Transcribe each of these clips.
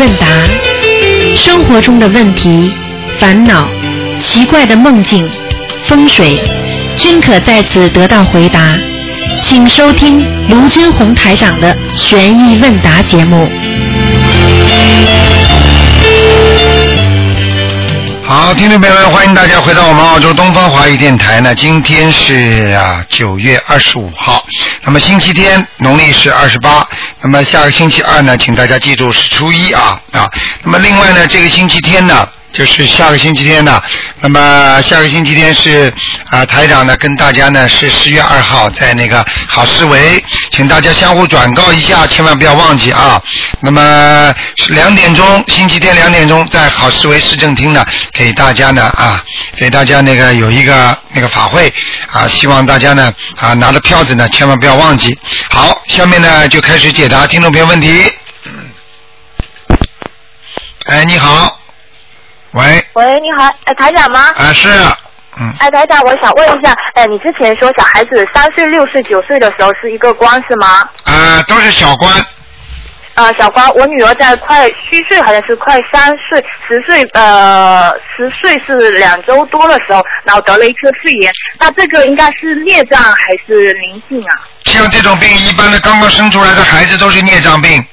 问答，生活中的问题、烦恼、奇怪的梦境、风水，均可在此得到回答。请收听卢军红台长的《悬疑问答》节目。好，听众朋友们，欢迎大家回到我们澳洲东方华语电台呢。今天是啊九月二十五号，那么星期天，农历是二十八。那么下个星期二呢，请大家记住是初一啊啊。那么另外呢，这个星期天呢，就是下个星期天呢，那么下个星期天是啊台长呢跟大家呢是十月二号在那个好思维，请大家相互转告一下，千万不要忘记啊。那么是两点钟，星期天两点钟在好思维市政厅呢，给大家呢啊，给大家那个有一个那个法会啊，希望大家呢啊拿着票子呢，千万不要忘记。好，下面呢就开始解答听众朋友问题。哎，你好，喂，喂，你好，哎，台长吗？啊是，嗯，哎，台长，我想问一下，哎，你之前说小孩子三岁、六岁、九岁的时候是一个光是吗？啊都是小官， 啊、小光，我女儿在快虚岁，好像是快三岁、十岁，呃，十岁是两周多的时候，然后得了一颗肺炎。那这个应该是孽障还是灵性啊？像这种病一般的刚刚生出来的孩子都是孽障病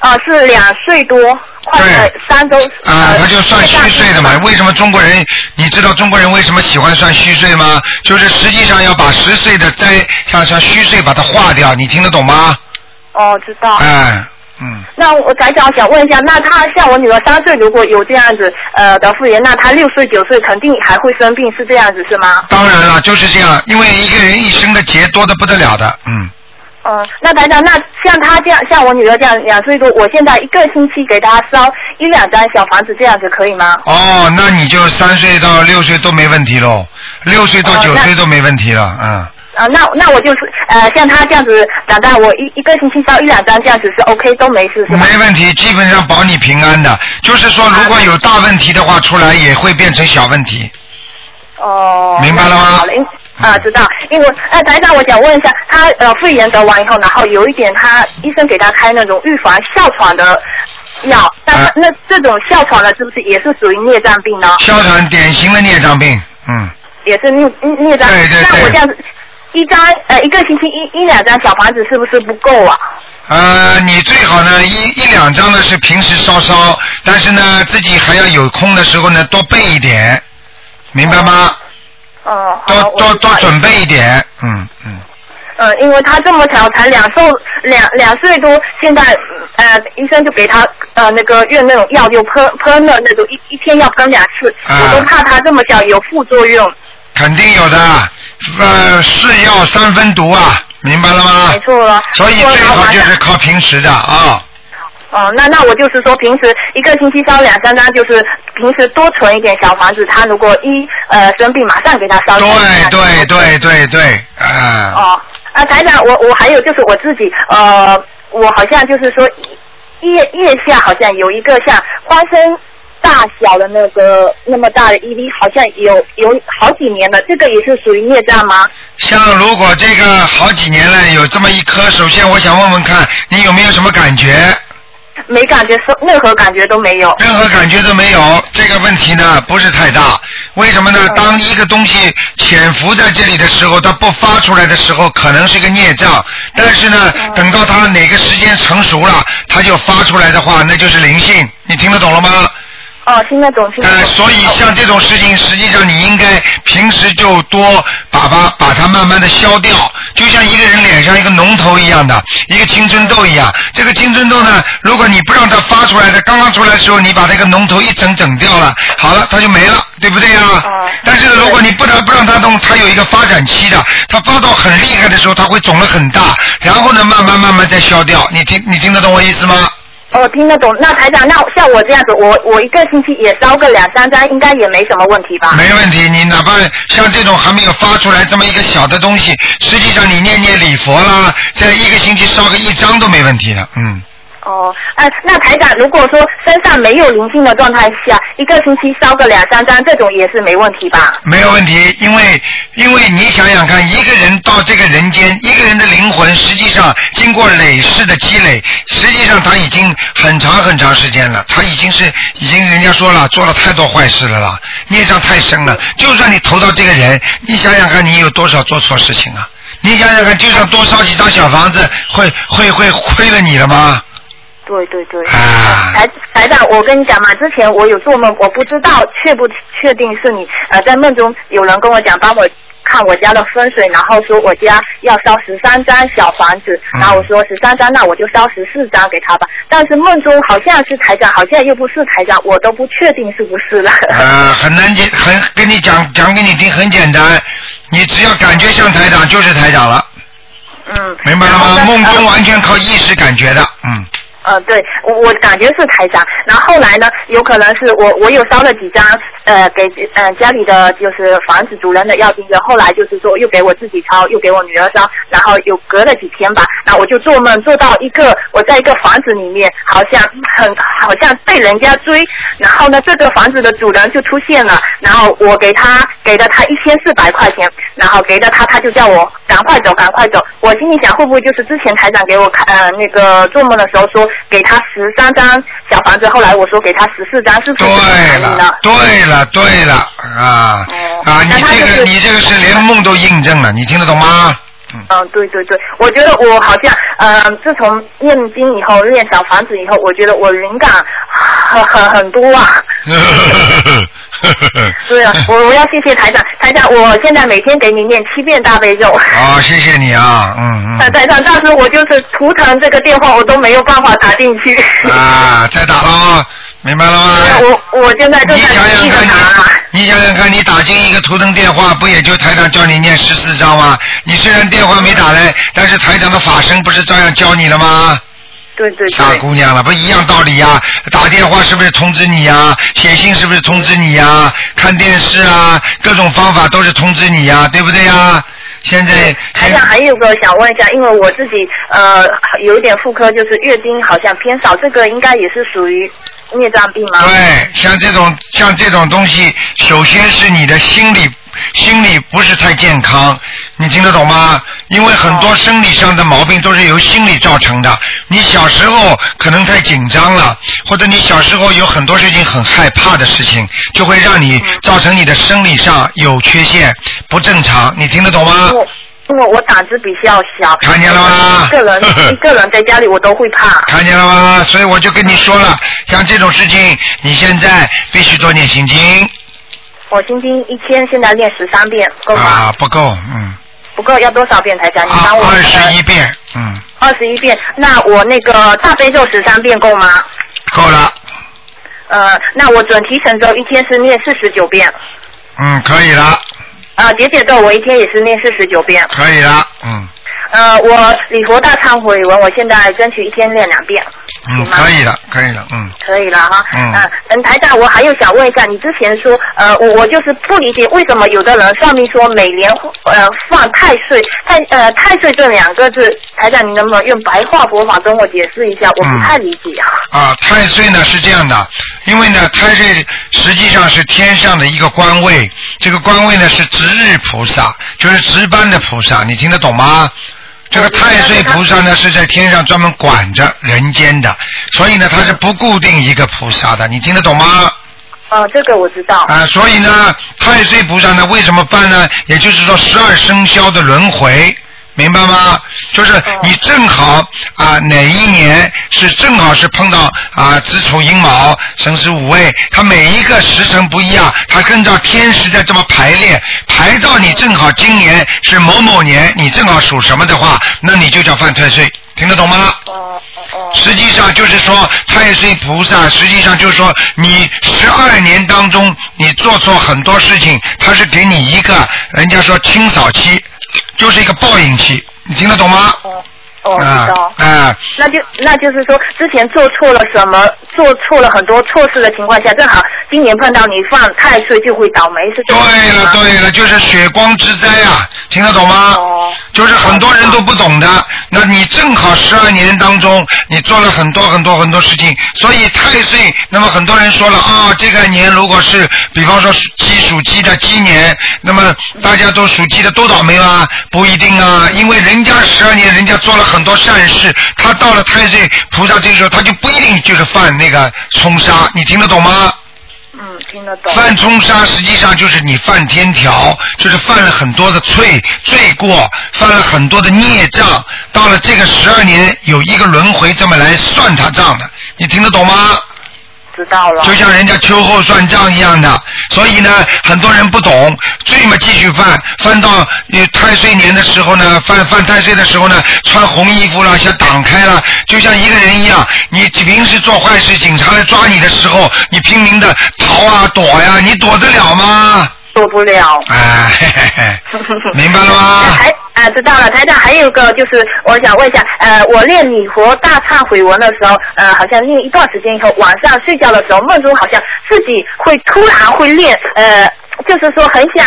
啊、是两岁多，快对三周。啊呃，他就算虚岁的嘛。为什么中国人？你知道中国人为什么喜欢算虚岁吗？就是实际上要把十岁的灾像像虚岁把它化掉，你听得懂吗？哦，知道。哎，嗯，那我台长想问一下，那她像我女儿三岁，如果有这样子呃的肺炎，那她六岁九岁肯定还会生病，是这样子是吗？当然了，就是这样，因为一个人一生的劫多的不得了的，嗯。嗯，那台长，那像她这样，像我女儿这样两岁多，我现在一个星期给她烧一两张小房子，这样子可以吗？哦，那你就三岁到六岁都没问题喽，六岁到哦九那岁都没问题了，嗯。啊、那那我就是呃，像她这样子，长大我一一个星期烧一两张这样子是 OK 都没事是吧？啊没问题，基本上保你平安的。就是说，如果有大问题的话，出来也会变成小问题。哦，明白了吗嗯好了，因啊，知道，因为呃，台长，我想问一下，她呃肺炎得完以后，然后有一点她医生给她开那种预防哮喘的药，但是、啊那这种哮喘的是不是也是属于孽障病呢？哮喘典型的孽障病，嗯，也是孽孽孽障。对对那我对这样子，一张呃一个星期一一两张小房子是不是不够啊？呃，你最好呢一一两张呢是平时烧烧，但是呢自己还要有空的时候呢多备一点，明白吗？哦、好多了，我多知道多准备一点，嗯嗯。嗯，因为他这么小，才两岁两两岁多，现在呃医生就给他呃那个用那种药就喷喷了那种一一天要喷两次，啊我都怕他这么小有副作用。肯定有的，呃，是药三分毒啊，明白了吗？没错了所以最好就是靠平时的啊，哦、那那我就是说，平时一个星期烧两三张，就是平时多存一点小房子。他如果一呃生病，马上给他烧。对对。对对对，啊，哦，啊，台长，我我还有就是我自己，呃，我好像就是说腋腋下好像有一个像花生大小的那个那么大的一粒，好像有有好几年了，这个也是属于孽障吗？像如果这个好几年了有这么一颗，首先我想问问看你有没有什么感觉？没感觉，任任何感觉都没有。任何感觉都没有，这个问题呢不是太大。为什么呢？当一个东西潜伏在这里的时候，它不发出来的时候，可能是个孽障。但是呢，等到它哪个时间成熟了，它就发出来的话，那就是灵性。你听得懂了吗？哦，听得懂，听得懂。呃，所以像这种事情，实际上你应该平时就多把把把它慢慢的消掉，就像一个人脸上一个脓头一样的，一个青春痘一样。这个青春痘呢，如果你不让它发出来的，刚刚出来的时候，你把这个脓头一整整掉了，好了，它就没了，对不对呀、哦但是如果你不让不让它动，它有一个发展期的，它发到很厉害的时候，它会肿得很大，然后呢，慢慢慢慢再消掉。你听你听得懂我意思吗？哦，听得懂。那台长，那像我这样子，我我一个星期也烧个两三张，应该也没什么问题吧？没问题，你哪怕像这种还没有发出来这么一个小的东西，实际上你念念礼佛啦，在一个星期烧个一张都没问题的，嗯，哦，哎、那台长，如果说身上没有灵性的状态下，一个星期烧个两三张，这种也是没问题吧？没有问题，因为因为你想想看，一个人到这个人间，一个人的灵魂实际上经过累世的积累，实际上他已经很长很长时间了，他已经是已经人家说了做了太多坏事了啦，孽障太深了。就算你投到这个人，你想想看，你有多少做错事情啊？你想想看，就算多烧几张小房子，会会会亏了你了吗？对对对。啊，台台长，我跟你讲嘛，之前我有做梦，我不知道确不确定是你，呃，在梦中有人跟我讲，帮我看我家的风水，然后说我家要烧十三张小房子，嗯然后我说十三张，那我就烧十四张给他吧。但是梦中好像是台长，好像又不是台长，我都不确定是不是了。呃，很难解，很跟你讲讲给你听，很简单，你只要感觉像台长就是台长了，嗯，明白了 然后吗？呢梦呃中完全靠意识感觉的，嗯，呃，对，我我感觉是台长。然后后来呢，有可能是我我有烧了几张，呃，给呃家里的就是房子主人的要经者，后来就是说又给我自己烧，又给我女儿烧，然后又隔了几天吧，那我就做梦做到一个我在一个房子里面，好像很好像被人家追，然后呢这个房子的主人就出现了，然后我给他给了他一千四百块钱，然后给了他他就叫我赶快走赶快走，我心里想会不会就是之前台长给我看呃那个做梦的时候说给他十三张小房子，后来我说给他十四张，是不是对这个了呢，？对了，对了，啊嗯哦啊，你那他这就个是你这个是连梦都印证了，你听得懂 吗？嗯，对对对，我觉得我好像，嗯、自从念经以后，练小房子以后，我觉得我灵感很很很多啊。对啊，我我要谢谢台长，台长，我现在每天给你念七遍大悲咒。好，哦谢谢你啊，嗯呃台嗯，台长，但是我就是图腾这个电话，我都没有办法打进去。呃啊，再 打喽，明白了吗？我我现在正你在想努想力的看打。你，你想想看，你打进一个图腾电话，不也就台长教你念十四章吗？你虽然电话没打来，但是台长的法身不是照样教你了吗？对对对。傻姑娘了，不一样道理呀、打电话是不是通知你呀、写信是不是通知你呀、看电视啊，各种方法都是通知你呀、对不对呀、现在台现长还有个想问一下，因为我自己呃有一点妇科，就是月经好像偏少，这个应该也是属于孽障病吗？对，像这种像这种东西，首先是你的心理心理不是太健康，你听得懂吗？因为很多生理上的毛病都是由心理造成的。你小时候可能太紧张了，或者你小时候有很多事情很害怕的事情，就会让你造成你的生理上有缺陷、不正常。你听得懂吗？因为因为我胆子比较小，呃看见了吗一个 人一个人在家里我都会怕。看见了吗？所以我就跟你说了，像这种事情，你现在必须多念心经我心经一天现在练十三遍够吗？啊，不够，嗯。不够要多少遍才长？你啊帮，我二十一遍，嗯，二十一遍。那我那个大悲咒十三遍够吗？够了，呃，那我准提神咒一天是念四十九遍，嗯，可以了，呃，解解咒我一天也是念四十九遍，可以了，嗯呃，我礼佛大忏悔文我现在争取一天练两遍，嗯，行吗可以了，可以了，嗯，可以了哈。嗯呃嗯，台长，我还有想问一下，你之前说，呃，我我就是不理解为什么有的人上面说每年呃犯太岁，太呃太岁这两个字，台长你能不能用白话佛法跟我解释一下？我嗯不太理解啊。啊，太岁呢是这样的，因为呢，太岁实际上是天上的一个官位，这个官位呢是值日菩萨，就是值班的菩萨，你听得懂吗？这个太岁菩萨呢是在天上专门管着人间的，所以呢他是不固定一个菩萨的，你听得懂吗？哦、这个我知道。啊，所以呢，太岁菩萨呢，为什么办呢？也就是说，十二生肖的轮回，明白吗？就是你正好啊，哪一年是正好是碰到啊子丑寅卯辰时午未，它每一个时辰不一样，它跟照天时在这么排列，排到你正好今年是某某年，你正好属什么的话，那你就叫犯太岁，听得懂吗？哦哦实际上就是说，太岁菩萨实际上就是说，你十二年当中你做错很多事情，他是给你一个人家说清扫期，就是一个报应期，你听得懂吗？哦哦，啊知道。啊，那就那就是说，之前做错了什么，做错了很多错事的情况下，正好今年碰到你犯太岁就会倒霉，是这对样了吗对了，就是血光之灾啊，听得懂吗？哦就是很多人都不懂的。那你正好十二年当中，你做了很多很多很多事情，所以太岁，那么很多人说了啊、这个年如果是比方说属鸡属鸡的鸡年，那么大家都属鸡的都倒霉啊，不一定啊，因为人家十二年人家做了很多善事，他到了太岁菩萨这个时候，他就不一定就是犯那个冲杀，你听得懂吗？嗯，听得懂。犯冲杀实际上就是你犯天条，就是犯了很多的罪罪过，犯了很多的孽障。到了这个十二年，有一个轮回这么来算他账的，你听得懂吗？知道了。就像人家秋后算账一样的，所以呢，很多人不懂，罪嘛继续犯，犯到呃太岁年的时候呢，犯犯太岁的时候呢，穿红衣服了，像挡开了，就像一个人一样，你平时做坏事，警察来抓你的时候，你拼命的逃啊躲呀、你躲得了吗？受不了。哎，嘿嘿 嘿明白了吗？还啊，知道了，台长。还有一个就是，我想问一下，呃，我练礼佛大忏悔文的时候，呃，好像练一段时间以后，晚上睡觉的时候，梦中好像自己会突然会练，呃，就是说很想。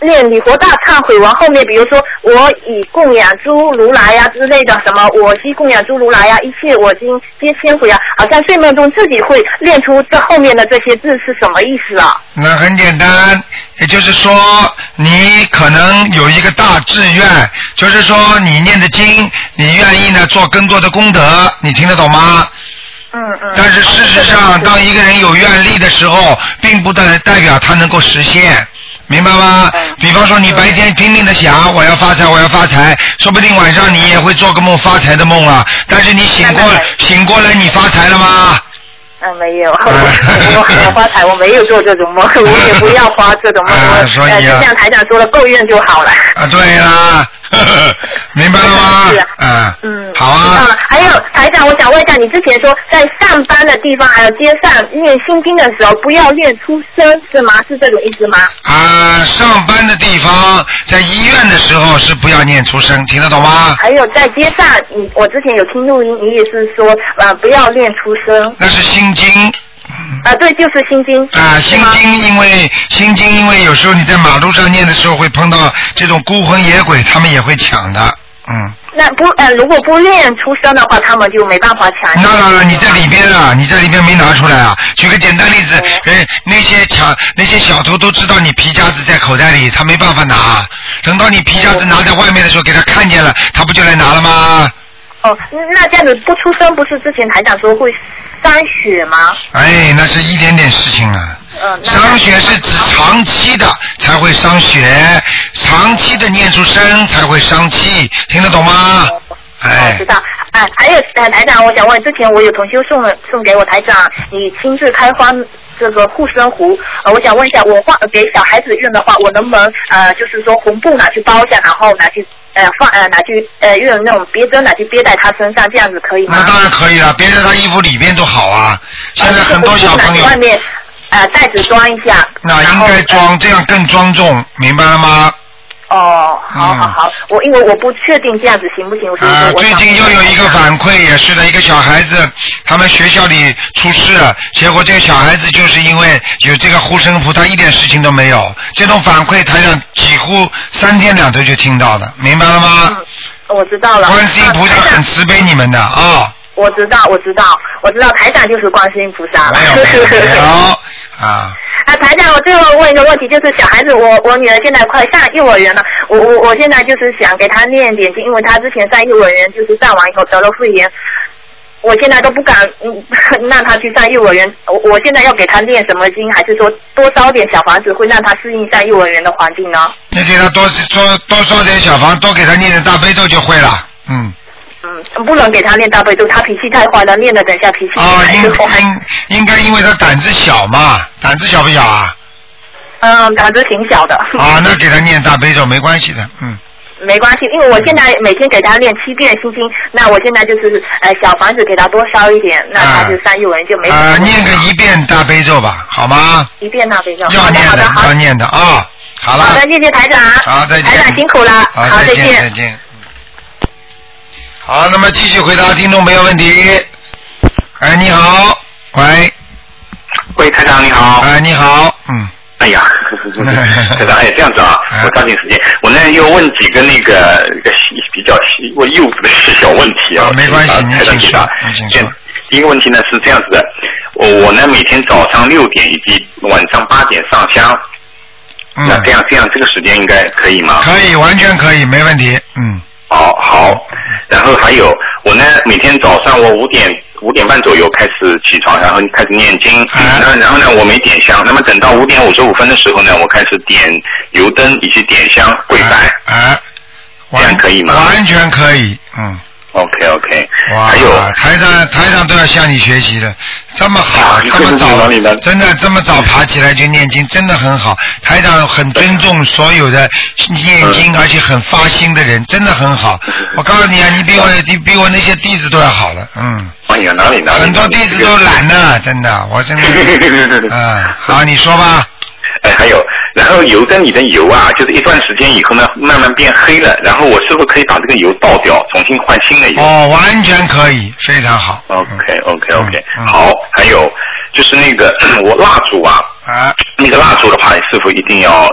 练礼佛大忏悔文后面，比如说我以供养诸如来呀、之类的，什么我悉供养诸如来呀、一切我今皆忏悔啊，好像睡梦中自己会练出这后面的这些字是什么意思啊？那很简单，也就是说，你可能有一个大志愿，就是说你念的经，你愿意呢做更多的功德，你听得懂吗？嗯嗯。但是事实上，当一个人有愿力的时候，并不代代表他能够实现。明白吗？嗯比方说，你白天拼命的想我要发财，我要发财，说不定晚上你也会做个梦发财的梦啊。但是你醒过那当然醒过来，你发财了吗？嗯，没有， 我没有发财，我没有做 这种梦，我也不要发这种梦，啊我所以啊呃，就像台长说的，够用就好了。啊，对 啦，呵呵明白了吗？是啊嗯，嗯，好知道啊了。。还有台长，我想问一下，你之前说在上班的地方还有街上念心经的时候，不要念出声，是吗？是这种意思吗？啊，上班的地方，在医院的时候是不要念出声，听得懂吗？还有在街上，你我之前有听录音，你也是说呃不要念出声，那是心经啊、对，就是心经。啊，嗯是心吗经，因为心经，因为有时候你在马路上念的时候会碰到这种孤魂野鬼，他们也会抢的，嗯。那不呃，如果不念出声的话，他们就没办法抢。那当然，你在里边啊，你在里边没拿出来啊。举个简单例子，人那些抢那些小偷都知道你皮夹子在口袋里，他没办法拿。等到你皮夹嗯子拿在外面的时候，给他看见了，他不就来拿了吗？哦，那这样子不出声，不是之前台长说会伤血吗？哎，那是一点点事情啊。嗯、那伤血是指长期的才会伤血，长期的念出声才会伤气，听得懂吗？哦哎知，道。哎，还有呃，台长，我想问，之前我有同修送了送给我台长，你亲自开花这个护身符，呃，我想问一下，我画给小孩子用的话，我能不能呃，就是说红布拿去包一下，然后拿去呃放呃拿去呃用那种别针拿去别在他身上，这样子可以吗？那当然可以了，别在他衣服里边多好啊！嗯现在很多小朋友哦呃就是红布拿去外面呃袋子装一下，那然应后该呃装，这样更庄重，明白了吗？嗯哦，好好好，我因为我不确定这样子行不行，所以啊说，我最想近又有一个反馈，也是的，一个小孩子，他们学校里出事，结果这个小孩子就是因为有这个护身符，他一点事情都没有。这种反馈，台上几乎三天两头就听到的，明白了吗？哦我知道了。观世音菩萨啊台长很慈悲你们的啊，我知道，我知道，我知道，台长就是观世音菩萨了。没有 没有啊，啊，台长，我最后问一个问题，就是小孩子，我我女儿现在快上幼儿园了，我我我现在就是想给她念点经，因为她之前上幼儿园就是上完以后得了肺炎，我现在都不敢嗯 让她去上幼儿园，我我现在要给她念什么经，还是说多烧点小房子会让她适应上幼儿园的环境呢？你给他多多多烧点小房，多给他念点大悲咒就会了，嗯。嗯，不能给她念大悲咒，她脾气太坏了，念了等一下脾气啊，还应是坏。应应该因为他胆子小嘛，胆子小不小啊？嗯，胆子挺小的。啊，那给他念大悲咒没关系的，嗯，没关系，因为我现在每天给他练七遍心经，那我现在就是呃小房子给他多烧一点，那他就上幼儿园就没什么啊，问题念个一遍大悲咒吧，好吗？一遍那边就要好的念好的好要的念的啊。好了，好的，谢谢台长，好再见台长辛苦了，好，好再见，再见。嗯好，那么继续回答听众朋友问题。嗯哎，你好，喂，喂，台长你好，哎，你好，嗯，哎 呀，台长，哎，这样子啊，我抓紧时间。我呢又问几个那个一个细比较细我幼稚的小问题啊没关系啊您台长请解说答您请。先说第一个问题呢是这样子的，我我呢每天早上六点以及晚上八点上香，那嗯这，样这样这个时间应该可以吗？可以，完全可以，没问题，嗯，好哦好，然后还有我呢，每天早上我五点五点半左右开始起床，然后开始念经。哎那然后呢，我没点香。那么等到五点五十五分的时候呢，我开始点油灯以及点香跪拜。哎，哎这完样可以吗完全可以，嗯。 OK OK，哇还有，台长台长都要向你学习的，这么好，啊这么哪里早，呢真的这么早爬起来就念经，真的很好。台长很尊重所有的念嗯经，而且很发心的人，真的很好。我告诉你啊，你比我你比我那些弟子都要好了，嗯，哎呀，哪里哪里？很多弟子都 懒呢，真的，我真的，嗯，好，你说吧，哎，还有，然后油灯里的油啊，就是一段时间以后呢，慢慢变黑了。然后我是不是可以把这个油倒掉，重新换新的油？哦，完全可以，非常好。 OK OK 嗯 OK，、嗯好，还有就是那个 我蜡烛啊，啊，那个蜡烛的话，师傅一定要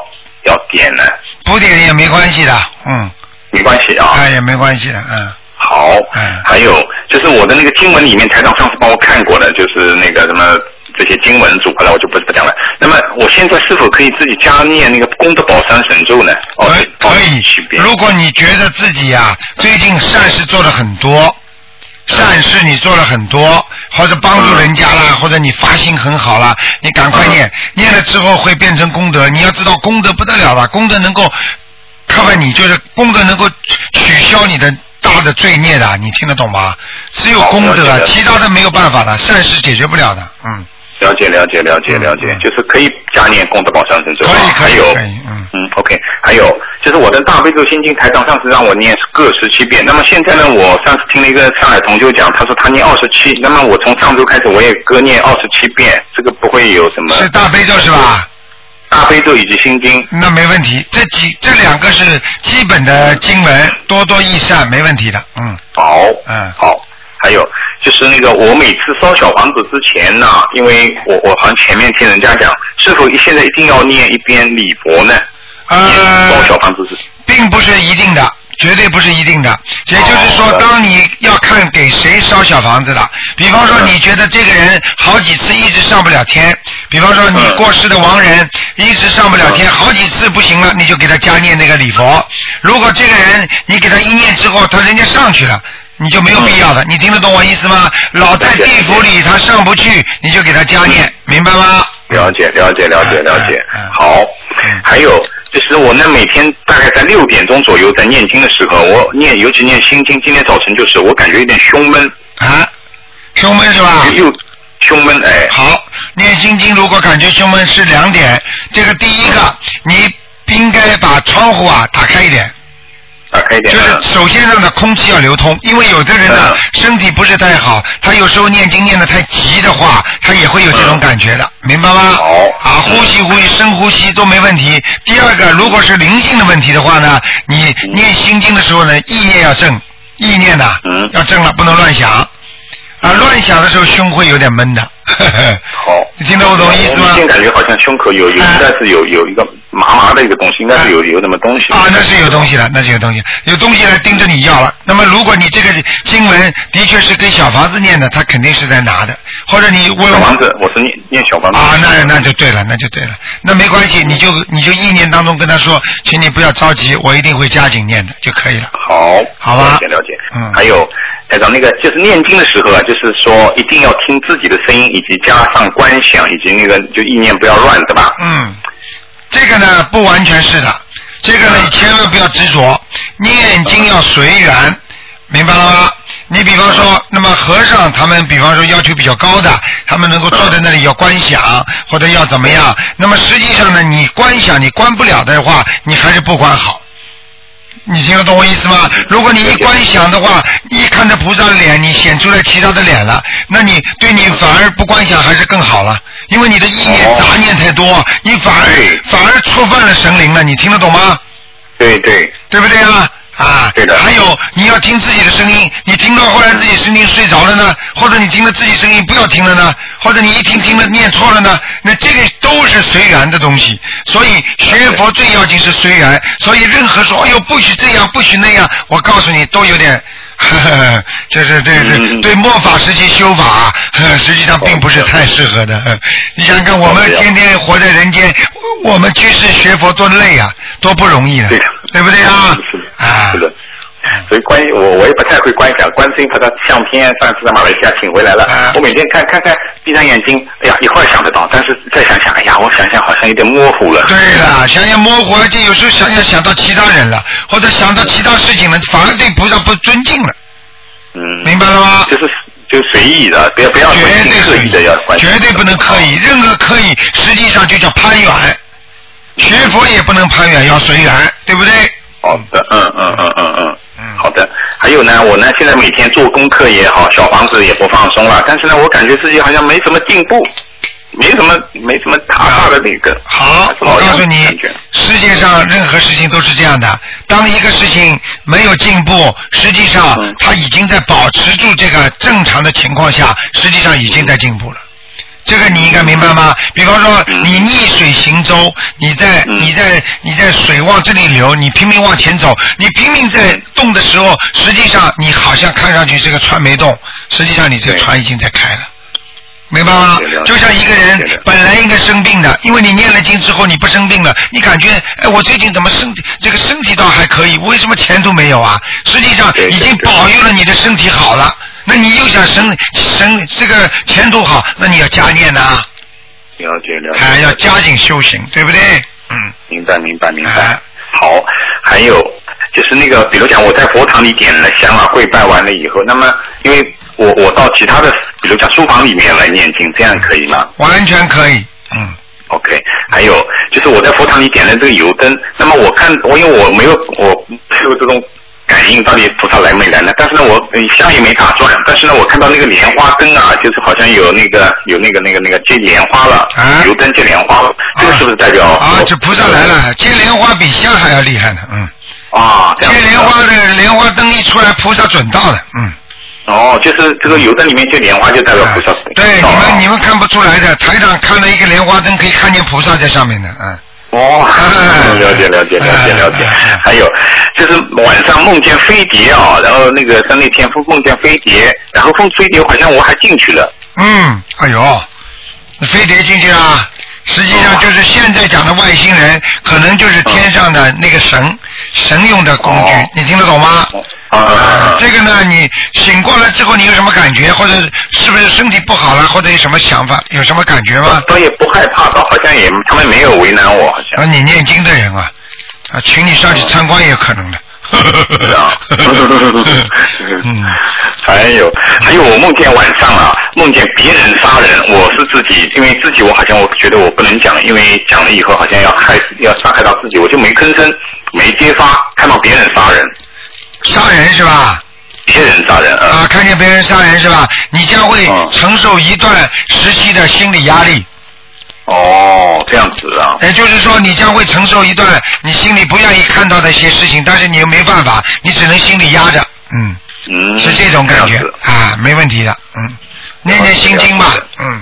要点呢，不点也没关系的，嗯，没关系啊。哎也没关系的，嗯。好，哎还有就是我的那个经文里面，台长上次帮我看过的，就是那个什么这些经文组合了，我就不不讲了。那么我现在是否可以自己加念那个功德宝山神咒呢？哦可，帮可以区，别。如果你觉得自己呀、最近善事做了很多，善事你做了很多，或者帮助人家嗯啦，或者你发心很好啦，你赶快念，念了之后会变成功德。你要知道功德不得了的，功德能够 cover 你，就是功德能够取消你的。大的罪孽的，你听得懂吗？只有功好哦了德，啊解了其他的没有办法的，善事解决不了的。嗯，了解了解了解了解，嗯就是可以加念功德宝山神咒。啊可还以，可以，有可以，嗯。嗯，OK，还有就是我的大悲咒心经台长上次让我念各十七遍，那么现在呢，我上次听了一个上海同修讲，他说他念二十七，那么我从上周开始我也各念二十七遍，这个不会有什么是大悲咒是吧？大悲咒以及心经，那没问题，这几这两个是基本的经文，多多益善，没问题的。嗯，好，嗯好，还有就是那个我每次烧小房子之前呢，因为我我好像前面听人家讲，是否现在一定要念一遍礼佛呢？念烧呃，小房子是并不是一定的，绝对不是一定的。也就是说，哦当你要看给谁烧小房子了，比嗯方说你觉得这个人好几次一直上不了天，比方说你嗯过世的亡人一直上不了天，嗯好几次不行了，你就给他加念那个礼佛。如果这个人你给他一念之后，他人家上去了。你就没有必要嗯的，你听得懂我意思吗？老在地府里他上不去，你就给他加嗯念，明白吗？了解，了解，了解，了解嗯嗯。好嗯，还有就是我呢，每天大概在六点钟左右在念经的时候，我念，尤其念心经，今天早晨就是我感觉有点胸闷，啊，胸闷是吧？又又胸闷，哎，好，念心经如果感觉胸闷是两点，这个第一个你应该把窗户啊打开一点，打开一点就啊。是首先让它空气要流通，因为有的人呢嗯身体不是太好，他有时候念经念得太急的话，他也会有这种感觉的，明白吗？嗯好啊，呼吸呼吸，深呼吸都没问题。第二个，如果是灵性的问题的话呢，你念心经的时候呢，意念要正，意念呐、嗯要正了，不能乱想。啊，乱想的时候胸会有点闷的。呵呵好，你听得懂我意思吗我现在感觉好像胸口有有，应哎该是有有一个麻麻的一个东西，应该是有哎有什么东西。啊，那是有东西了，那是有东西，有东西来盯着你要了。那么，如果你这个经文的确是跟小房子念的，他肯定是在拿的，或者你问小房子，我是念念小房子。啊，那那就对了，那就对了，那没关系，你就你就意念当中跟他说，请你不要着急，我一定会加紧念的就可以了。好，好吧了解了解。嗯还有台长，那个就是念经的时候啊，就是说一定要听自己的声音，以及加上观想，以及那个就意念不要乱，对吧？嗯，这个呢不完全是的，这个呢你千万不要执着，念经要随缘，明白了吗？你比方嗯说，那么和尚他们，比方说要求比较高的，他们能够坐在那里要观想或者要怎么样。那么实际上呢，你观想你观不了的话，你还是不观好。你听得懂我意思吗？如果你一观想的话，一看着菩萨的脸，你显出来其他的脸了，那你对你反而不观想还是更好了，因为你的意念哦杂念太多，你反而对反而触犯了神灵了，你听得懂吗？对对，对不对啊？啊，吧？对的还有你要听自己的声音，你听到后来自己声音睡着了呢，或者你听了自己声音不要听了呢，或者你一听听了念错了呢，那这个都是随缘的东西。所以学佛最要紧是随缘。所以任何说哎呦不许这样不许那样，我告诉你都有点。呵呵呵， 这是这是嗯对末法时期修法 啊，呵实际上并不是太适合哦的。啊呵 你想想看，我们天天活在人间，我们居士学佛多累啊，多不容易啊，对的对不对啊？嗯是的啊，是的。所以观音，我我也不太会观想，观世音菩萨相片上次在马来西亚请回来了，啊我每天看看看，闭上眼睛，哎呀，一会儿想得到，但是再想想，哎呀，我想想好像有点模糊了。对了，想想模糊，而且有时候想想想到其他人了，或者想到其他事情了，反而对菩萨不尊敬了，嗯，明白了吗？就是就随意的，不要不要绝随对意刻意的要观想，绝对不能刻意，哦任何刻意实际上就叫攀缘。学佛也不能攀缘，要随缘，对不对？好的，嗯嗯嗯嗯嗯，嗯好的。还有呢，我呢现在每天做功课也好，小房子也不放松了，但是呢，我感觉自己好像没什么进步，没什么没什么大大的那个。好，我哦告诉你感觉，世界上任何事情都是这样的。当一个事情没有进步，实际上嗯它已经在保持住这个正常的情况下，实际上已经在进步了。这个你应该明白吗？比方说，嗯你逆水行舟，你在嗯你在你在水往这里流，你拼命往前走，你拼命在动的时候，实际上你好像看上去这个船没动，实际上你这个对船已经在开了。明白吗对了？解就像一个对人的本来应该生病的，因为你念了经之后你不生病了，你感觉哎，我最近怎么身体这个身体倒还可以，为什么前途没有啊？实际上对对已经对保佑了你的身体好了，那你又想生生这个前途好，那你要加念呐、了解了解。哎，要加紧修行，对不对？嗯，明白明白明哎白。好，还有就是那个，比如讲我在佛堂里点了香啊，跪拜完了以后，那么因为我我到其他的，比如讲书房里面来念经，这样可以吗？完全可以，嗯。 OK，还有就是我在佛堂里点了这个油灯，那么我看我因为我没有我没有这种感应到底菩萨来没来呢？但是呢我呃香也没打转，但是呢我看到那个莲花灯啊，就是好像有那个有那个那个那个接莲花了，啊油灯接莲花了，这个是不是代表啊我？这菩萨来了，接莲花比香还要厉害呢，嗯，啊？这接样子啊莲花的莲花灯一出来，菩萨准到的，嗯。哦，就是这个油灯里面接莲花就代表菩萨对，哎你到了啊们你们看不出来的，台长看了一个莲花灯，可以看见菩萨在上面的，嗯。哦哎，了解了解了解了解哎哎哎。还有就是晚上梦见飞碟啊、然后那个在那天梦见飞碟，然后梦飞碟好像我还进去了。嗯，哎呦，那飞碟进去啊！实际上就是现在讲的外星人，可能就是天上的那个神，神用的工具哦，你听得懂吗？啊，这个呢，你醒过来之后，你有什么感觉，或者是不是身体不好了，或者有什么想法，有什么感觉吗？倒也不害怕，倒好像也他们没有为难我，好啊，像。你念经的人啊，啊，请你上去参观也有可能的。，是啊 嗯，还有还有，我梦见晚上啊，梦见别人杀人，我是自己，因为自己我好像我觉得我不能讲，因为讲了以后好像要害要伤害到自己，我就没吭声，没揭发，看到别人杀人， 杀人是吧？别人杀人啊啊，看见别人杀人是吧？你将会嗯承受一段时期的心理压力，哦，这样子啊，也就是说，你将会承受一段你心里不愿意看到的一些事情，但是你又没办法，你只能心里压着，嗯，嗯，是这种感觉样子啊，没问题的，嗯，念念心经吧了解了，嗯，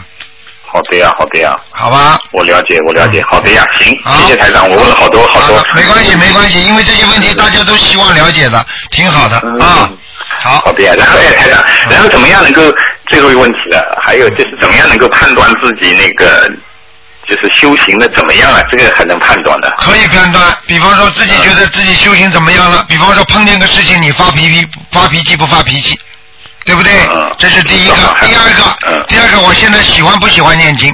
好的呀，好的呀，好吧，我了解，我了解，好的呀，行，嗯好谢谢台长，我问了好多好多啊，没关系，没关系，因为这些问题大家都希望了解的，挺好的嗯啊，好嗯好，的呀，然后哎，台长，然后怎么样能够最后一个问题了？还有就是怎么样能够判断自己那个就是修行的怎么样啊？这个还能判断的？可以判断，比方说自呃己觉得自己修行怎么样了，嗯比方说碰见个事情你发脾气发脾气不发脾气，对不对嗯？这是第一个嗯，第二个嗯，第二个，我现在喜欢不喜欢念经，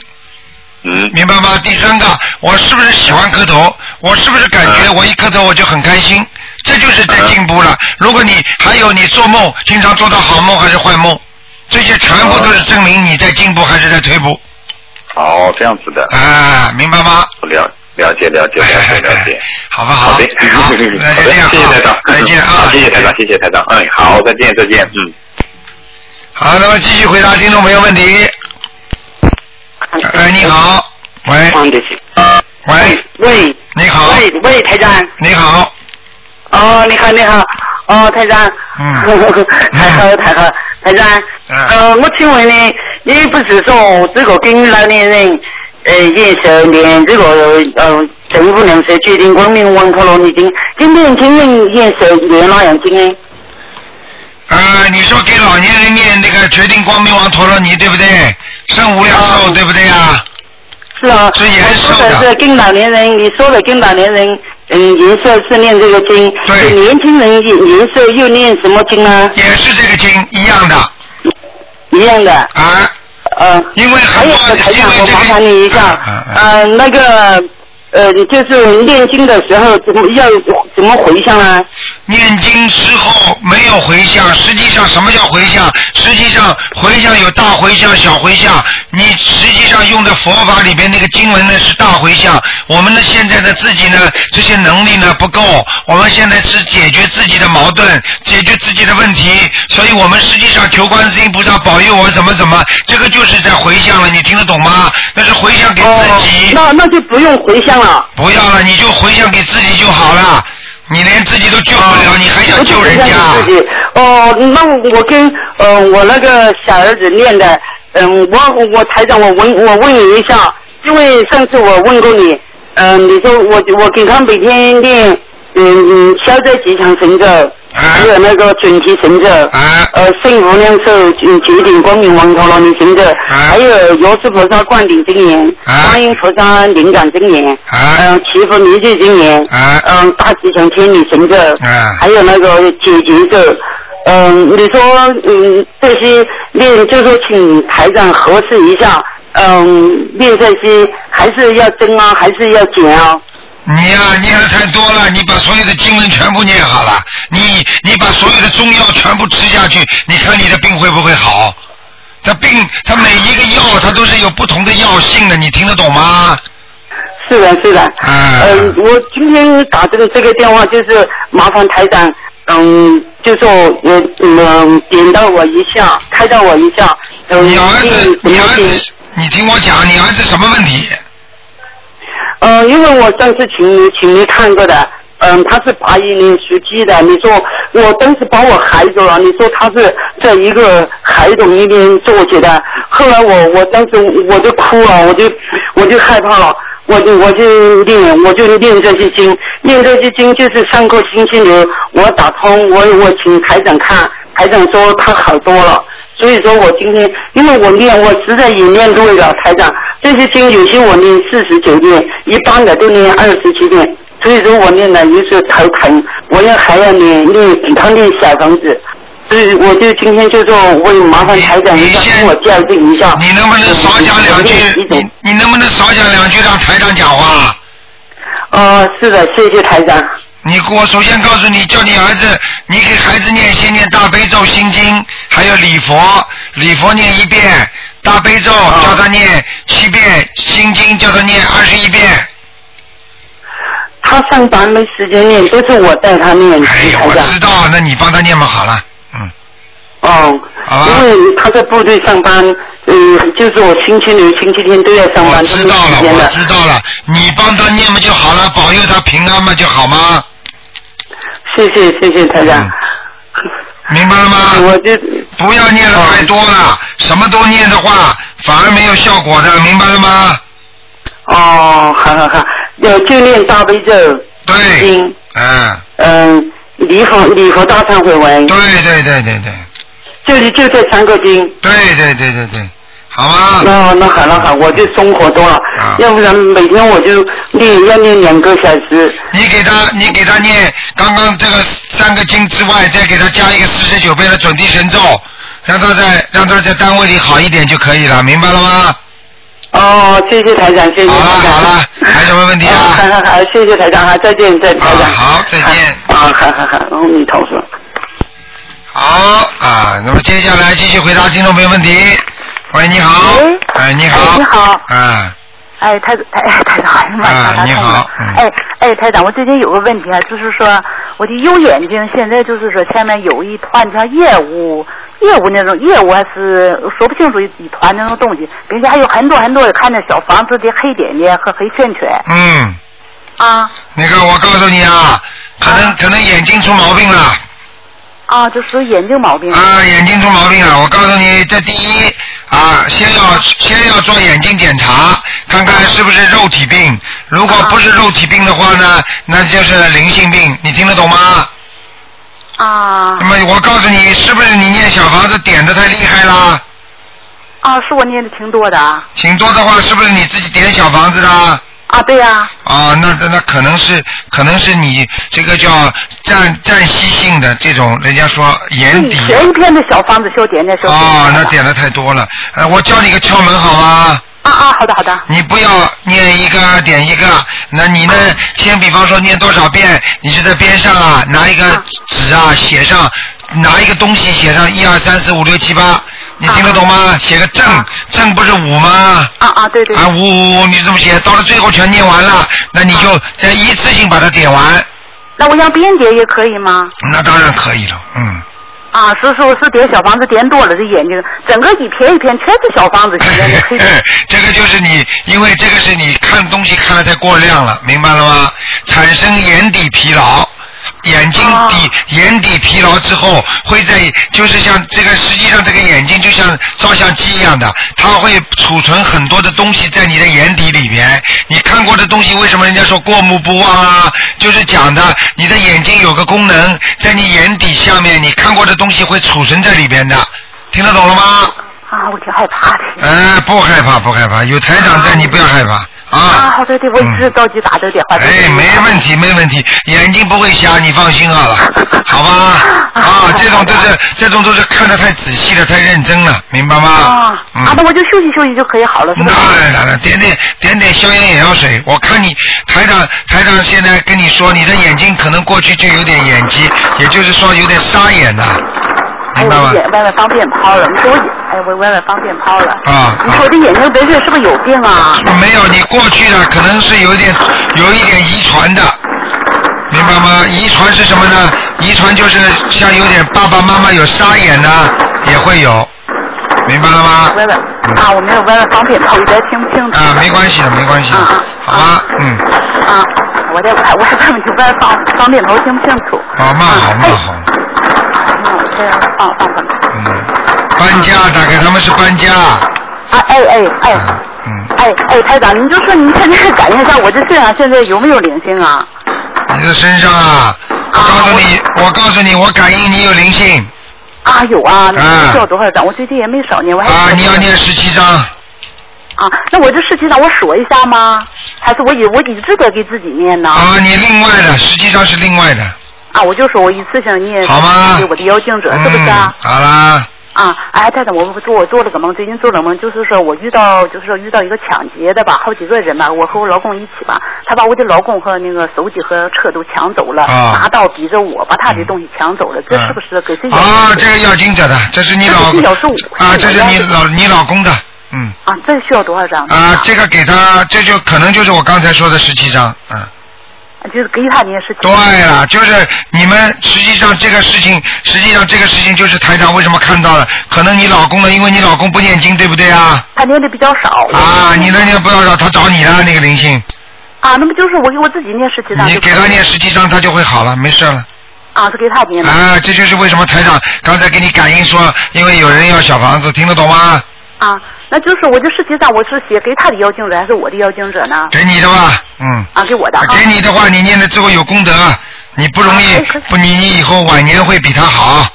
嗯，明白吗？第三个，我是不是喜欢磕头？我是不是感觉嗯我一磕头我就很开心？这就是在进步了。如果你还有你做梦，经常做到好梦还是坏梦，这些全部嗯都是证明你在进步还是在退步哦，这样子的，啊，明白吗？我了了解了解了解了解。哎好不好？好的， 好好的，那就这样啊，谢谢台长，再见啊， 好谢谢台长，谢谢台长，嗯，好，再见，再见，嗯。好，那么继续回答听众朋友问题。啊哎，你好，喂，忘记起喂，喂你好，喂喂，台长，你好，哦，你好你好，哦，哦，台长。嗯 太好了，太好了，台长。嗯呃，我请问呢，你不是说这个跟老年人，呃，也是连这个呃，政府粮食决定光明网可能已经，今天今天也是连哪样经呢？啊，你说给老年人念那个决定光明王陀罗尼，对不对？生无量寿，对不对啊？是啊，是延我寿说的的是跟老年人，你说的跟老年人，嗯，延寿是念这个经，对年轻人延延寿又念什么经呢？也是这个经一样的一样的，啊。呃，因为还很有多啊个台因长，为我这麻烦你一个下啊，啊啊呃，那个，呃，就是念经的时候怎么要怎么回向啊？念经之后没有回向，实际上什么叫回向？实际上回向有大回向、小回向。你实际上用的佛法里边那个经文呢是大回向。我们呢现在的自己呢这些能力呢不够，我们现在是解决自己的矛盾，解决自己的问题，所以我们实际上求观世音菩萨保佑我怎么怎么，这个就是在回向了。你听得懂吗？那是回向给自己。哦那那就不用回向了，不要了，你就回向给自己就好了。你连自己都救不哦了，你还想救人家？我就回向给自己。哦，那我跟呃我那个小儿子念的，嗯，我我台长，我问我问你一下，因为上次我问过你，嗯、你说我我给他每天念，嗯嗯，消灾吉祥神咒，还有那个准提神咒。啊呃，圣无量寿嗯九顶光明王陀罗尼行者，还有药师菩萨灌顶真言，啊观音菩萨灵感真言，啊嗯、祈福弥救真言，啊嗯、大吉祥天女神咒，啊还有那个解结咒。嗯，你说，嗯，这些练，就说请台长核实一下，嗯，练这些还是要增啊，还是要减啊？你呀、念的太多了，你把所有的经文全部念好了，你你把所有的中药全部吃下去，你看你的病会不会好？它病，它每一个药它都是有不同的药性的，你听得懂吗？是的，是的。啊嗯，我今天打这个这个电话就是麻烦台长，嗯，就说我嗯点到我一下，开导我一下。嗯，你儿子，怎你么儿听？子，哎你听我讲，你儿子什么问题？呃，因为我上次请你请你看过的，嗯，他是八一年属鸡的，你说我当时把我孩子啊了，你说他是在一个孩童里面做起的，后来我我当时我就哭了，我就我就害怕了。我就我就念，我就念这些经，念这些经就是上个星期六我打通，我我请台长看，台长说他好多了，所以说我今天，因为我念，我实在也念对了，台长，这些经有些我念四十九遍，一般的都念二十七遍，所以说我念了有时候头疼，我要还要念念给他念小房子，所以我就今天就说，我也麻烦台长你一你下先帮我校正一下。你能不能少讲两句嗯？你你能不能少讲两句让台长讲话？哦，是的，谢谢台长。你给我首先告诉你，叫你儿子，你给孩子念先念大悲咒心经，还有礼佛，礼佛念一遍，大悲咒哦叫他念七遍，心经叫他念二十一遍。他上班没时间念，都是我带他念，哎呀，台我长。知道，那你帮他念嘛，好了，嗯，哦，好吧因为他在部队上班，嗯，就是我星期六、星期天都要上我班，都知没道了，时间我的。知道了，你帮他念嘛就好了，保佑他平安嘛就好吗？谢谢谢谢台长，嗯明白了吗？我就哦不要念的太多了，什么都念的话，反而没有效果的，明白了吗？哦，好好好，呃，就念大悲咒，对经，嗯，嗯，礼佛礼佛大忏悔文，对对对对对。就是就这三个经。对对对对对，好吗？那那好那好，我就生活多了，啊要不然每天我就念要念两个小时。你给他，你给他念刚刚这个三个经之外，再给他加一个四十九遍的准提神咒，让他在让他在单位里好一点就可以了，明白了吗？哦，谢谢台长，谢谢好了台长。好了还有什么问题啊哦好好好，谢谢台长，好，再见，再见台长。啊好再见啊，好好好，阿弥陀佛。好啊，那么接下来继续回答听众朋友问题。喂，你好喂，哎，你好，哎你好啊，哎，台台台长，哎呀妈呀，啊你好嗯太痛了哎哎，台长，我最近有个问题啊，就是说我的右眼睛现在就是说前面有一团像业务业务那种业务还是说不清楚一一团那种东西，并且还有很多很多的看见小房子的黑点点和黑圈圈嗯，啊那个我告诉你啊，可能可能眼睛出毛病了，啊，就属于眼睛毛病。啊，眼睛出毛病了。我告诉你，这第一啊，先要先要做眼睛检查，看嗯看是不是肉体病。如啊果不是肉体病的话呢，那就是灵性病。你听得懂吗？啊那么我告诉你，是不是你念小房子点的太厉害啦？啊，是我念的挺多的啊。请多的话，是不是你自己点小房子的？啊，对呀、啊，那那那可能是可能是你这个叫暂暂息性的这种，人家说眼是以底前一天的小房子修点点修点哦，点那的点的太多了。呃，我教你个窍门好吗？啊啊，好的好的你不要念一个点一个，那你呢？啊先比方说念多少遍，你就在边上啊，拿一个纸啊写上，拿一个东西写上一二三四五六七八，你听得懂吗？写个正，正不是五吗？啊啊，对对啊，五五五，你这么写，到了最后全念完了，那你啊就再一次性把它点完，那我想音节也可以吗？那当然可以了，嗯。啊，师傅是点小房子点多了，这眼睛整个一片一片全是小 房子，现在这黑的这个就是你，因为这个是你看东西看的太过量了，明白了吗？产生眼底疲劳。眼睛底、哦眼底疲劳之后，会在就是像这个，实际上这个眼睛就像照相机一样的，它会储存很多的东西在你的眼底里边。你看过的东西，为什么人家说过目不忘啊？就是讲的你的眼睛有个功能，在你眼底下面，你看过的东西会储存在里边的。听得懂了吗？啊，我挺害怕的。哎，不害怕，不害怕，有台长在，你不要害怕啊，啊。好的，对，我一直嗯着急打这电话。哎，没问题，没问题，眼睛不会瞎，你放心 好了，好吧？啊，这种都是这种都是看得太仔细了，太认真了，明白吗啊？嗯啊，那我就休息休息就可以好了，是那吧？当然，点点点点消炎眼药水。我看你台长台长现在跟你说，你的眼睛可能过去就有点眼疾，也就是说有点沙眼呐、哎，明白我吗？眼外外方便抛了，你说我眼，哎，我外外方便抛了。啊你说我这眼睛本身是不是有病啊？没有，你过去的可能是有一 点有一点遗传的，明白吗？遗传是什么呢？遗传就是像有点爸爸妈妈有沙眼呐、也会有，明白了吗？外外嗯啊，我没有外外方便抛，一直听不清楚。啊，没关系的，没关系的啊啊，好吧？嗯，啊，我在外外外面就外放放电头听不清楚。好，慢哦好慢好，哎嗯，我这样放放放。嗯，搬家，大概他们是搬家，啊，哎哎哎。啊，嗯，哎哎，台长，您就说您现在感应一下我这身上现在有没有灵性啊？你的身上啊，我啊告诉你，我告诉你，我感应你有灵性啊，有啊，啊那需要多少张？我最近也没少念，我还啊，你要念十七章。啊，那我这事情让我说一下吗？还是我以我一直得给自己念呢？啊，你另外的，实际上是另外的，啊，我就说我一次性念好吗给我的邀请者，是不是啊？嗯、好啦，啊，哎，台长，我我做我做了个梦，最近做了个梦，就是说我遇到就是说遇到一个抢劫的吧，好几个人吧，我和我老公一起吧，他把我的老公和那个手机和车都抢走了，啊嗯拿刀逼着我把他的东西抢走了，这是不是给谁？ 啊，这个要经者的，这是你老这个是小树啊，这是你这个老你老公的，嗯啊，这需要多少张？啊，这个给他，这就可能就是我刚才说的十七章，嗯，就是给他念是对了，就是你们实际上这个事情，实际上这个事情就是台长为什么看到了，可能你老公呢，因为你老公不念经，对不对啊？他念的比较少啊，你那念不要让他找你了，那个灵性，啊，那么就是我给我自己念十七张你就可以给他念十七章，他就会好了，没事了。啊，是给他念的啊，这就是为什么台长刚才给你感应说，因为有人要小房子，听得懂吗？啊，那就是我这十七张我是写给他的邀请者还是我的邀请者呢？给你的吧，嗯，啊，给我的啊。给你的话，你念了之后有功德，啊你不容易啊可以可以不，你你以后晚年会比他好。啊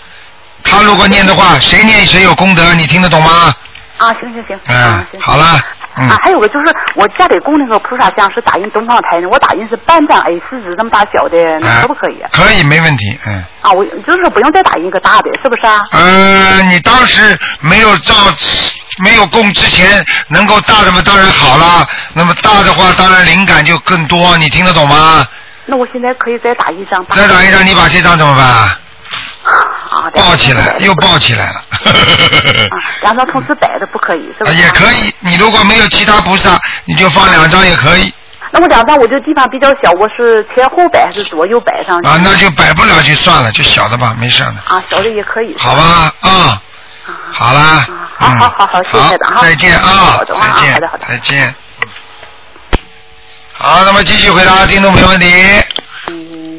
他如果念的话，谁念谁有功德，你听得懂吗？啊，行行行，嗯啊，行。好了，嗯啊，，还有个就是我家里供那个菩萨像是打印东方台的，我打印是半张 A 四纸这么大小的，那啊可不可以？可以，没问题，嗯。啊，我就是不用再打印一个大的，是不是啊？呃，你当时没有照，没有供之前能够大的嘛，当然好了。那么大的话，当然灵感就更多，你听得懂吗？那我现在可以再打一张大的。再打一张，你把这张怎么办啊？啊，对抱起来，又抱起来了。啊，两张同时摆的不可以，是不啊是？也可。以，你如果没有其他菩萨，你就放两张也可以那我两张我就地方比较小，我是前后摆还是左右摆上去？啊，那就摆不了就算了，就小的吧，没事的，啊，小的也可以。好吧？啊，啊好啦，好嗯好好好谢谢台长哈再见啊好，的再好见的好，的再见。好，那么继续回答听嗯众朋友问题。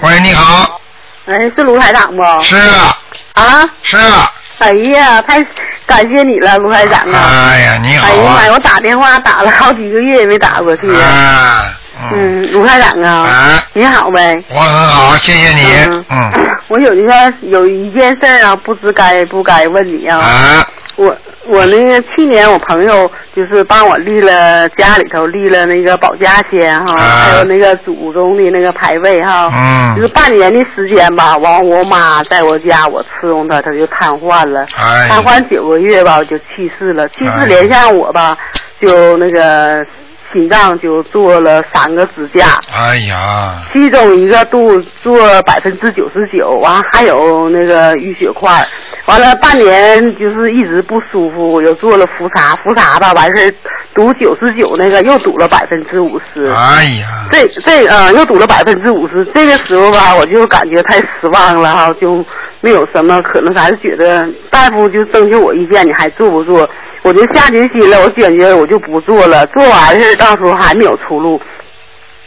喂，你好，哎，是卢台长不？是啊，啊，是啊，哎呀，太感谢你了，卢台长啊！哎呀，你哎好呀妈呀，啊，我打电话打了好几个月也没打过去。啊，嗯，嗯，卢台长啊，啊，你好呗。我很好，谢谢你，嗯，我有一件有一件事儿啊，不知该不该问你啊。啊，我我那个去年我朋友就是帮我立了家里头立了那个保家仙哈，啊还有那个祖宗的那个牌位哈。就是嗯，半年的时间吧，完我妈在我家我伺候她，她就瘫痪了，哎瘫痪九个月吧，我就去世了。去世连上我吧，就那个心脏就做了三个支架，哎呀，其中一个度做百分之九十九，完还有那个淤血块，完了半年就是一直不舒服，我又做了复查，复查吧完事儿堵九十九那个又堵了百分之五十。哎呀，这这呃又堵了百分之五十，这个时候吧，我就感觉太失望了哈，就没有什么可能，还是觉得大夫就征求我意见，你还做不做？我就下决心了，我坚决我就不做了，做完事儿到时候还没有出路。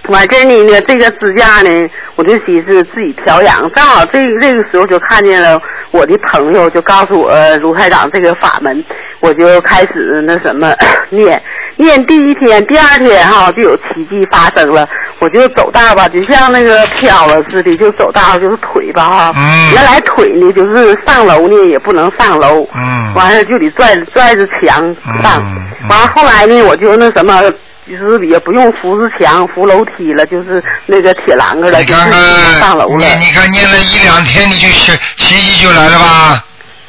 完这呢呢，这个支架呢，我就寻思自己调养。正好这这个时候就看见了我的朋友，就告诉我呃卢台长这个法门，我就开始那什么念。念第一天、第二天哈、就有奇迹发生了，我就走道吧，就像那个飘了似的，就走道就是腿吧哈、嗯原来腿呢就是上楼呢也不能上楼，嗯，完了就得拽着拽着墙 上。嗯嗯完了后来呢，我就那什么，就是也不用扶着墙、扶楼梯了，就是那个铁栏杆了，你就看是看，上楼了。你你看念了一两天，你就奇奇迹就来了吧？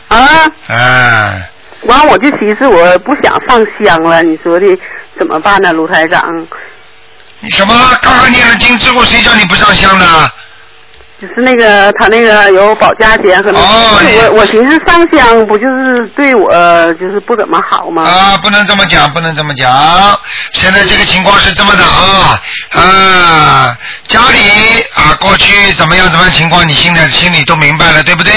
啊，哎，完我就寻思我不想上香了，你说的怎么办呢，卢台长？你什么？刚刚念了经之后，谁叫你不上香的？就是那个他那个有保家节和那个，哦对你我我寻思上香不就是对我就是不怎么好吗？啊，不能这么讲，不能这么讲。现在这个情况是这么的啊啊，家里啊，过去怎么样怎么样情况，你现在心里都明白了，对不对？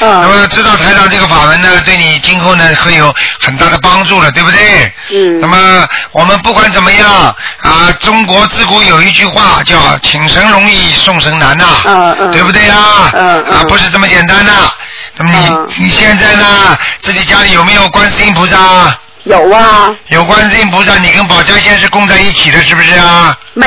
嗯那么知道台长这个法门呢，对你今后呢会有很大的帮助了，对不对？嗯那么我们不管怎么样啊，中国自古有一句话叫“请神容易送神难”呐、嗯嗯对不对呀、啊？嗯嗯啊，不是这么简单的、那么你、嗯你现在呢？自己家里有没有观世音菩萨？有啊，有观世音菩萨，你跟保家仙是供在一起的，是不是啊？妹，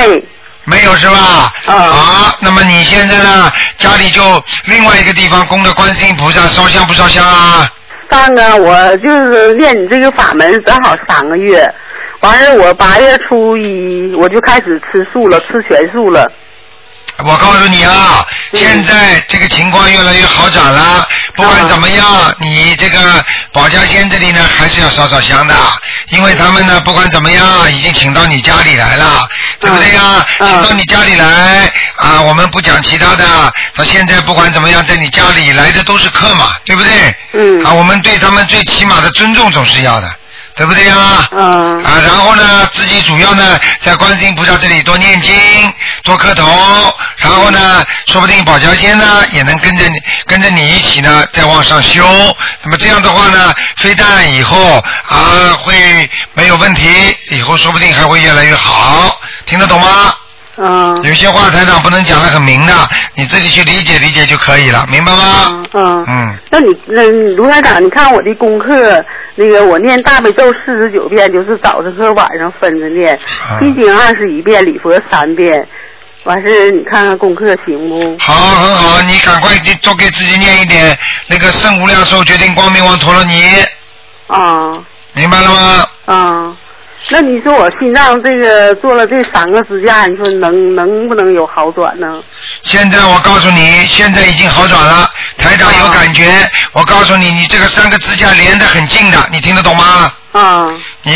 没有是吧？嗯啊，那么你现在呢？家里就另外一个地方供的观世音菩萨，烧香不烧香啊？上个我就是练你这个法门正好三个月，完事儿我八月初一我就开始吃素了，吃全素了。我告诉你啊，嗯现在这个情况越来越好转了。不管怎么嗯样，你这个保家仙这里呢，还是要烧烧香的，因为他们嗯呢，不管怎么样，已经请到你家里来了，对不对呀？嗯请到你家里来啊，我们不讲其他的，他现在不管怎么样，在你家里来的都是客嘛，对不对？嗯啊，我们对他们最起码的尊重总是要的，对不对呀？嗯啊，然后呢，自己主要呢，在观世音菩萨这里多念经，多磕头，然后呢，说不定宝乔仙呢也能跟着你，跟着你一起呢再往上修。那么这样的话呢，非但以后啊会没有问题，以后说不定还会越来越好。听得懂吗？嗯有些话台长不能讲得很明的，你自己去理解理解就可以了，明白吗？嗯。嗯，那你那你卢台长，你看我的功课，那个我念大悲咒四十九遍，就是早晨和晚上分着念啊，心经二十一遍，礼佛三遍，完事儿你看看功课行不？好，很好，你赶快去多给自己念一点那个圣无量寿决定光明王陀罗尼。啊明白了吗？啊，那你说我心脏这个做了这三个支架，你说能能不能有好转呢？现在我告诉你，现在已经好转了，台长有感觉。我告诉你，你这个三个支架连得很近的，你听得懂吗？啊你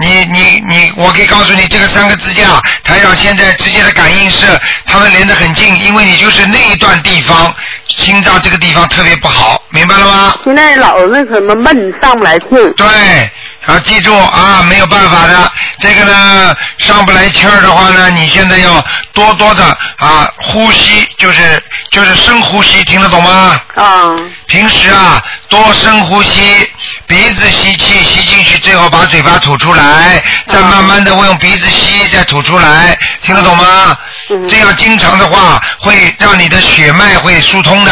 你你你，我可以告诉你，这个三个支架，台长现在直接的感应是他们连得很近，因为你就是那一段地方，心脏这个地方特别不好，明白了吗？现在老那什么闷，上不来气儿。对，啊，记住啊，没有办法的。这个呢，上不来气儿的话呢，你现在要多多的啊呼吸，就是就是深呼吸，听得懂吗？啊平时啊，多深呼吸，鼻子吸气，吸进去，哎最后把嘴巴吐出来，再嗯慢慢的用鼻子吸，再吐出来，听得懂吗？嗯这样经常的话，会让你的血脉会疏通的，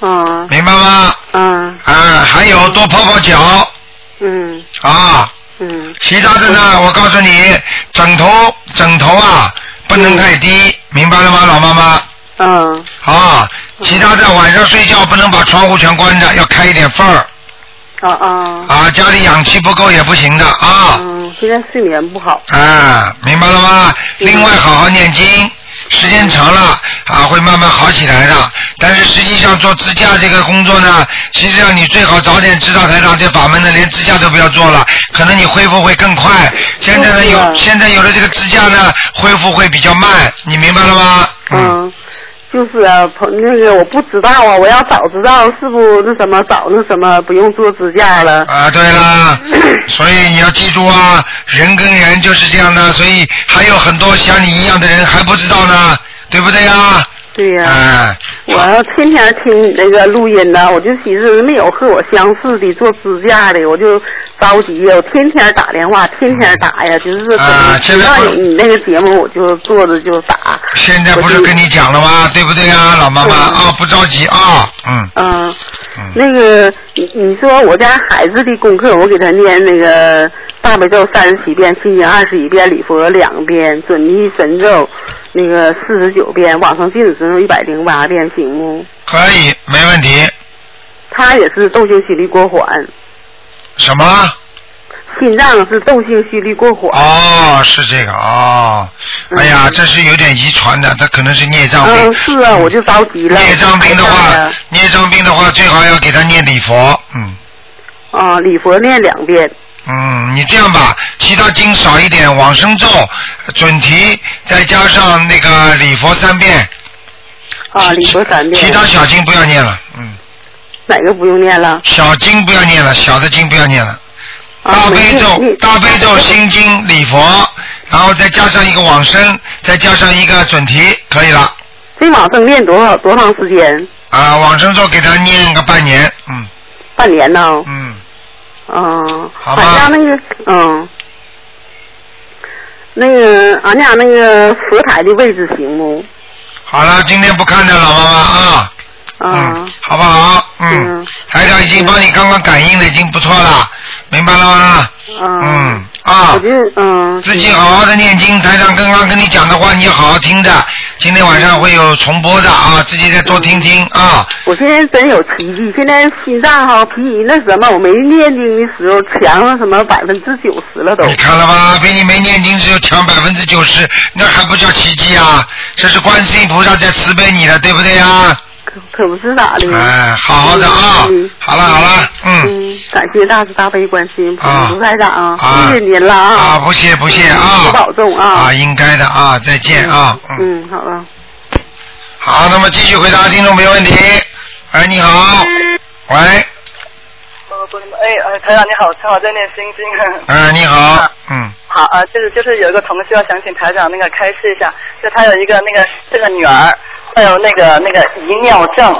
啊明白吗？吗？嗯啊，还有多泡泡脚嗯啊，嗯其他的呢，我告诉你，枕头枕头啊不能太低，明白了吗，老妈妈？嗯啊，其他的晚上睡觉不能把窗户全关着，要开一点缝儿啊啊啊，家里氧气不够也不行的啊。嗯，现在睡眠不好。啊，明白了吗？另外，好好念经，时间长了啊，会慢慢好起来的。但是实际上做支架这个工作呢，实际上你最好早点知道台长这法门呢，连支架都不要做了，可能你恢复会更快。现在呢是啊有现在有了这个支架呢，恢复会比较慢，你明白了吗？嗯，就是啊，朋那个我不知道啊，我要早知道是不那什么早那什么不用做支架了。啊，对啦，所以你要记住啊，人跟人就是这样的，所以还有很多像你一样的人还不知道呢，对不对呀？对呀、啊，我要天天听你那个录音呢，我就寻思没有和我相似的做支架的，我就着急呀，我天天打电话，天天打呀，就是说啊只现在要不有你那个节目，我就坐着就打。现在不是跟你讲了吗？对不对呀，老妈妈嗯啊？不着急啊，嗯嗯，嗯，那个你你说我家孩子的功课，我给他念那个大悲咒三十七遍，心经二十一遍，礼佛两遍，准提神咒那个四十九遍，往生净土神咒一百零八遍，行不？可以，没问题。他也是窦性虚律过缓，什么？心脏是窦性虚律过缓。哦，是这个哦。哎呀，嗯这是有点遗传的，他可能是孽障嗯，病。是啊，我就着急了。孽障病的我就害怕话了，孽障病的话，最好要给他念礼佛，嗯。啊，礼佛念两遍，嗯，你这样吧，其他经少一点，往生咒、准提，再加上那个礼佛三遍，啊，礼佛三遍。其他小经不要念了，嗯，哪个不用念了？小经不要念了，小的经不要念了。啊大悲没咒事、大悲咒、心经、礼佛，然后再加上一个往生，再加上一个准提，可以了。这往上念多少多长时间？啊、往生咒给他念个半年，嗯半年呢？嗯，嗯，好吧俺家那个，嗯，那个俺家那个佛台的位置行不？好了，今天不看的老妈妈啊，啊嗯，，好不好？嗯嗯，台长已经帮你刚刚感应的已经不错了，明白了吗？嗯嗯，啊啊我，就嗯，自己好好的念经。台长刚刚跟你讲的话，你好好听着。今天晚上会有重播的啊，自己再多听听啊。我现在真有奇迹，现在心脏哈皮那什么，我没念经的时候强了什么百分之九十了都。你看了吧？比你没念经只有强百分之九十，那还不叫奇迹啊？这是观世音菩萨在慈悲你的，对不对啊？可可不是咋的吗？哎，好好的啊嗯。好了好了，嗯。嗯，感谢大慈大悲观世音菩萨啊卢台长啊嗯谢谢您了啊，不谢不谢啊多。保重啊啊，应该的啊，再见啊。嗯。嗯，好了。好，那么继续回答听众朋友问题。哎，你好。喂，呃，不是哎，呃，台长你好，正好在念心经。哎，你好。嗯。好啊，就是就是有一个同事要想请台长那个开示一下，就他有一个那个这个女儿，她有哎那个那个遗尿症，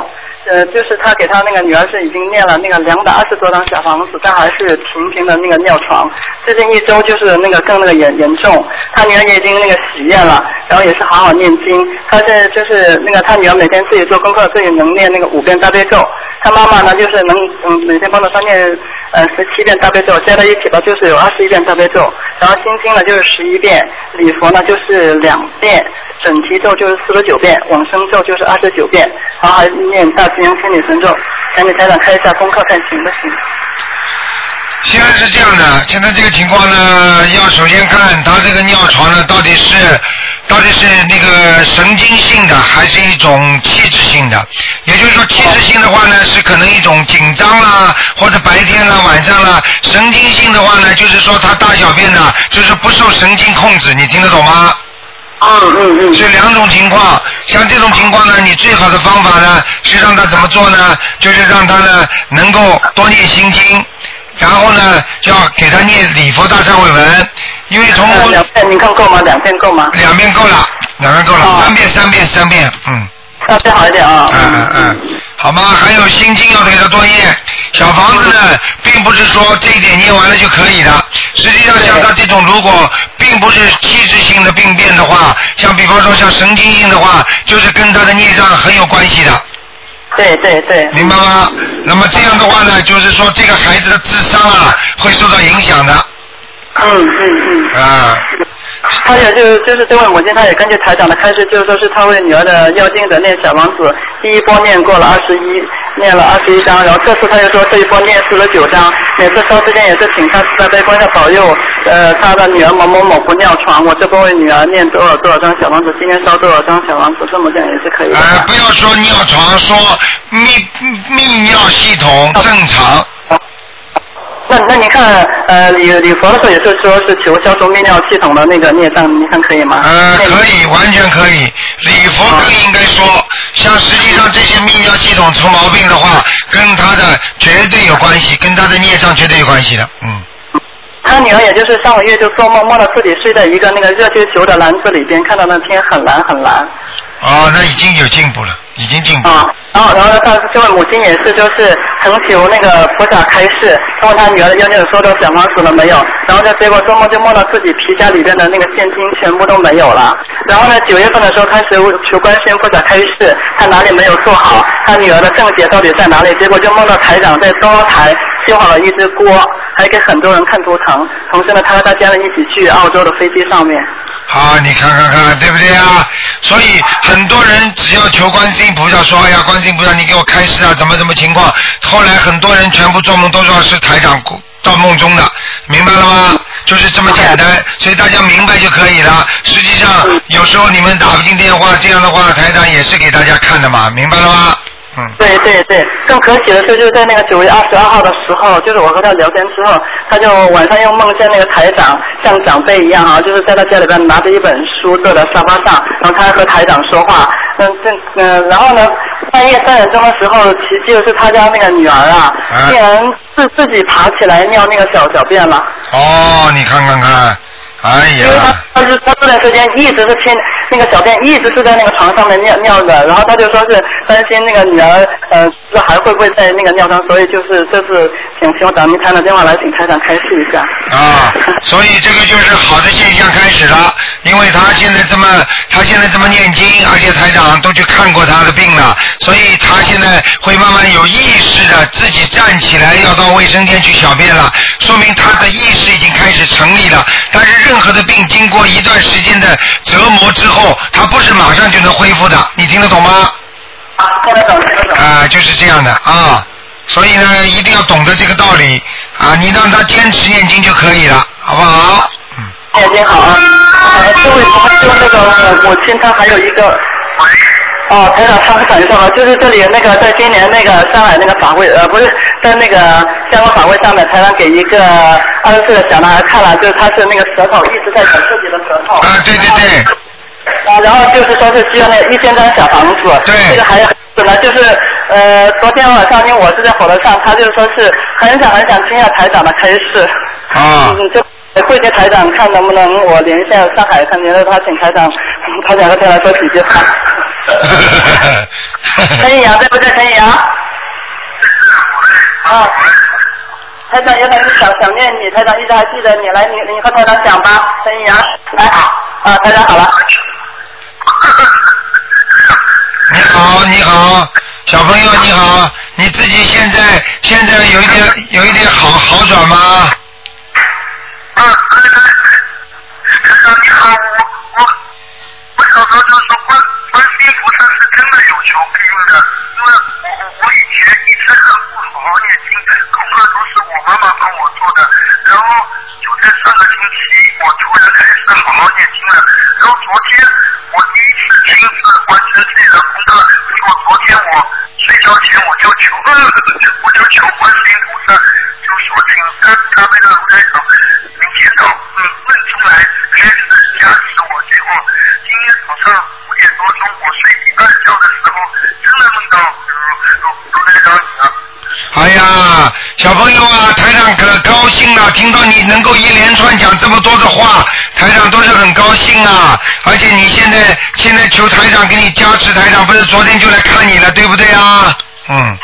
呃，就是他给他那个女儿是已经念了那个两百二十多张小房子，但还是频频的那个尿床，最近一周就是那个更那个严严重，他女儿也已经那个许愿了，然后也是好好念经，他现在就是那个他女儿每天自己做功课，自己能念那个五遍大悲咒，他妈妈呢就是能嗯每天帮着他念呃十七遍大悲咒，加在一起吧就是有二十一遍大悲咒，然后心经呢就是十一遍，礼佛呢就是两遍，准提咒就是四十九遍，往生咒就是二十九遍，然后还念大吉祥天女神咒，赶紧台长开一下功课看行不行？现在是这样的，现在这个情况呢，要首先看他这个尿床呢，到底是到底是那个神经性的，还是一种器质性的？也就是说，器质性的话呢，是可能一种紧张啦，或者白天啦、晚上啦；神经性的话呢，就是说他大小便呢，就是不受神经控制，你听得懂吗？嗯嗯嗯是两种情况，像这种情况呢，你最好的方法呢是让他怎么做呢？就是让他呢能够多念心经，然后呢就要给他念礼佛大忏悔文，因为从呃我两遍您看够吗？两遍够吗？两遍够了，两遍够了，哦三遍三遍三遍，嗯，稍微好一点啊、嗯嗯嗯，好吗？还有心经要给他多念，小房子呢，并不是说这一点念完了就可以的，实际上像他这种如果并不是器质性的病变的话，像比方说像神经性的话，就是跟他的孽障很有关系的。对对对，明白吗？那么这样的话呢，就是说这个孩子的智商啊会受到影响的嗯嗯嗯，啊。他也就就是这位母亲，她也根据台长的开示，就是说是她为女儿的要经者念小王子，第一波念过了二十一，念了二十一章，然后这次她就说这一波念四十九章，每次烧之前也是请她慈悲观下保佑，呃，她的女儿某某某不尿床，我这波为女儿念多少多少张小王子，今天烧多少张小王子，这么讲也是可以的。呃，不要说尿床，说泌泌尿系统正常，那那你看，呃，礼礼佛的时候也是说是求消除泌尿系统的那个孽障，你看可以吗？呃，那个可以，完全可以。礼佛更应该说，像实际上这些泌尿系统出毛病的话，跟他的绝对有关系，跟他的孽障绝对有关系的，嗯。他女儿也就是上个月就做梦，梦到自己睡在一个那个热气球的篮子里边，看到那天很蓝很蓝哦，那已经有进步了，已经进步了。啊。然后，然后呢，他这位母亲也是，就是恳求那个佛法开示，他问他女儿的要求说到小房子了没有，然后呢，结果做梦就梦到自己皮夹里边的那个现金全部都没有了。然后呢，九月份的时候开始求观世音菩萨开示，他哪里没有做好，他女儿的症结到底在哪里？结果就梦到台长在东澳台修好了一只锅，还给很多人看图腾。同时呢，他和他家人一起去澳洲的飞机上面。好，你看看看，对不对啊？所以很多人只要求观世音菩萨说，哎呀，观世音菩萨，你给我开示啊，怎么怎么情况？后来很多人全部做梦都说是台长到梦中的，明白了吗？就是这么简单，所以大家明白就可以了。实际上，有时候你们打不进电话，这样的话，台长也是给大家看的嘛，明白了吗？嗯。对对对，更可喜的是，就是在那个九月二十二号的时候，就是我和他聊天之后，他就晚上又梦见那个台长像长辈一样啊，就是在他家里边拿着一本书坐在沙发上，然后他还和台长说话。嗯，这嗯，然后呢，半夜三点钟的时候，奇迹的是他家那个女儿啊啊，竟然自自己爬起来尿那个小小便了。哦，你看看看，哎因为他呀，他是他这段时间一直是牵那个小便，一直是在那个床上面尿尿的，然后他就说是担心那个女儿呃，这还会不会在那个尿床，所以就是这次请请我打您台长电话来，请台长开示一下。啊，所以这个就是好的现象开始了，因为他现在这么，他现在这么念经，而且台长都去看过他的病了，所以他现在会慢慢有意识的自己站起来要到卫生间去小便了，说明他的意识已经开始成立了。但是任何的病经过一段时间的折磨之后，他不是马上就能恢复的，你听得懂吗？啊，听得懂，听得懂。 啊、就是这样的啊。所以呢，一定要懂得这个道理啊，你让他坚持念经就可以了，好不好？嗯。哎眼睛好啊。呃，这位同修那个母亲她还有一个。哎哦，台长，稍微等一下吧，就是这里那个，在今年那个上海那个法会，呃，不是在那个香港法会上面，台长给一个二十岁的小男孩看了，就是他是那个舌头一直在咬自己的舌头，啊，对对对，啊，然后就是说是需要那一千张小房子，对这个还有本来就是呃，昨天晚上因为我是在火车上，他就是说是很想很想听一下台长的开示，啊嗯，就会给台长看能不能我连线上海，看觉得他请台长，台长和台长说几句话。陈宇阳在不在？陈宇阳？啊，台长原本是想想念你，台长一直还记得你，来你你和台长讲吧，陈宇阳，来啊，台长好了。你好，你好，小朋友你好，你自己现在现在有一点有一点好好转吗？啊，可以。啊，你好，我我我小时候就说观观世音菩萨是真的有求必应的，因为我我我以前一直很不好好念经，功课都是我妈妈帮我做的，然后就在上个星期我突然开始好好念经了，然后昨天我第一次亲自完成自己的功课，结果昨天我睡觉前我就求我就求观世音菩萨就说请他他那个卢台长明天早嗯问出来开始加持我，结果今天早上五点多钟我睡一半觉的时候，真的梦到卢卢台长你了。哎呀，小朋友啊，台长可高兴了，听到你能够一连串讲这么多的话，台长都是很高兴啊。而且你现在现在求台长给你加持，台长不是昨天就来看你了，对不对啊？嗯。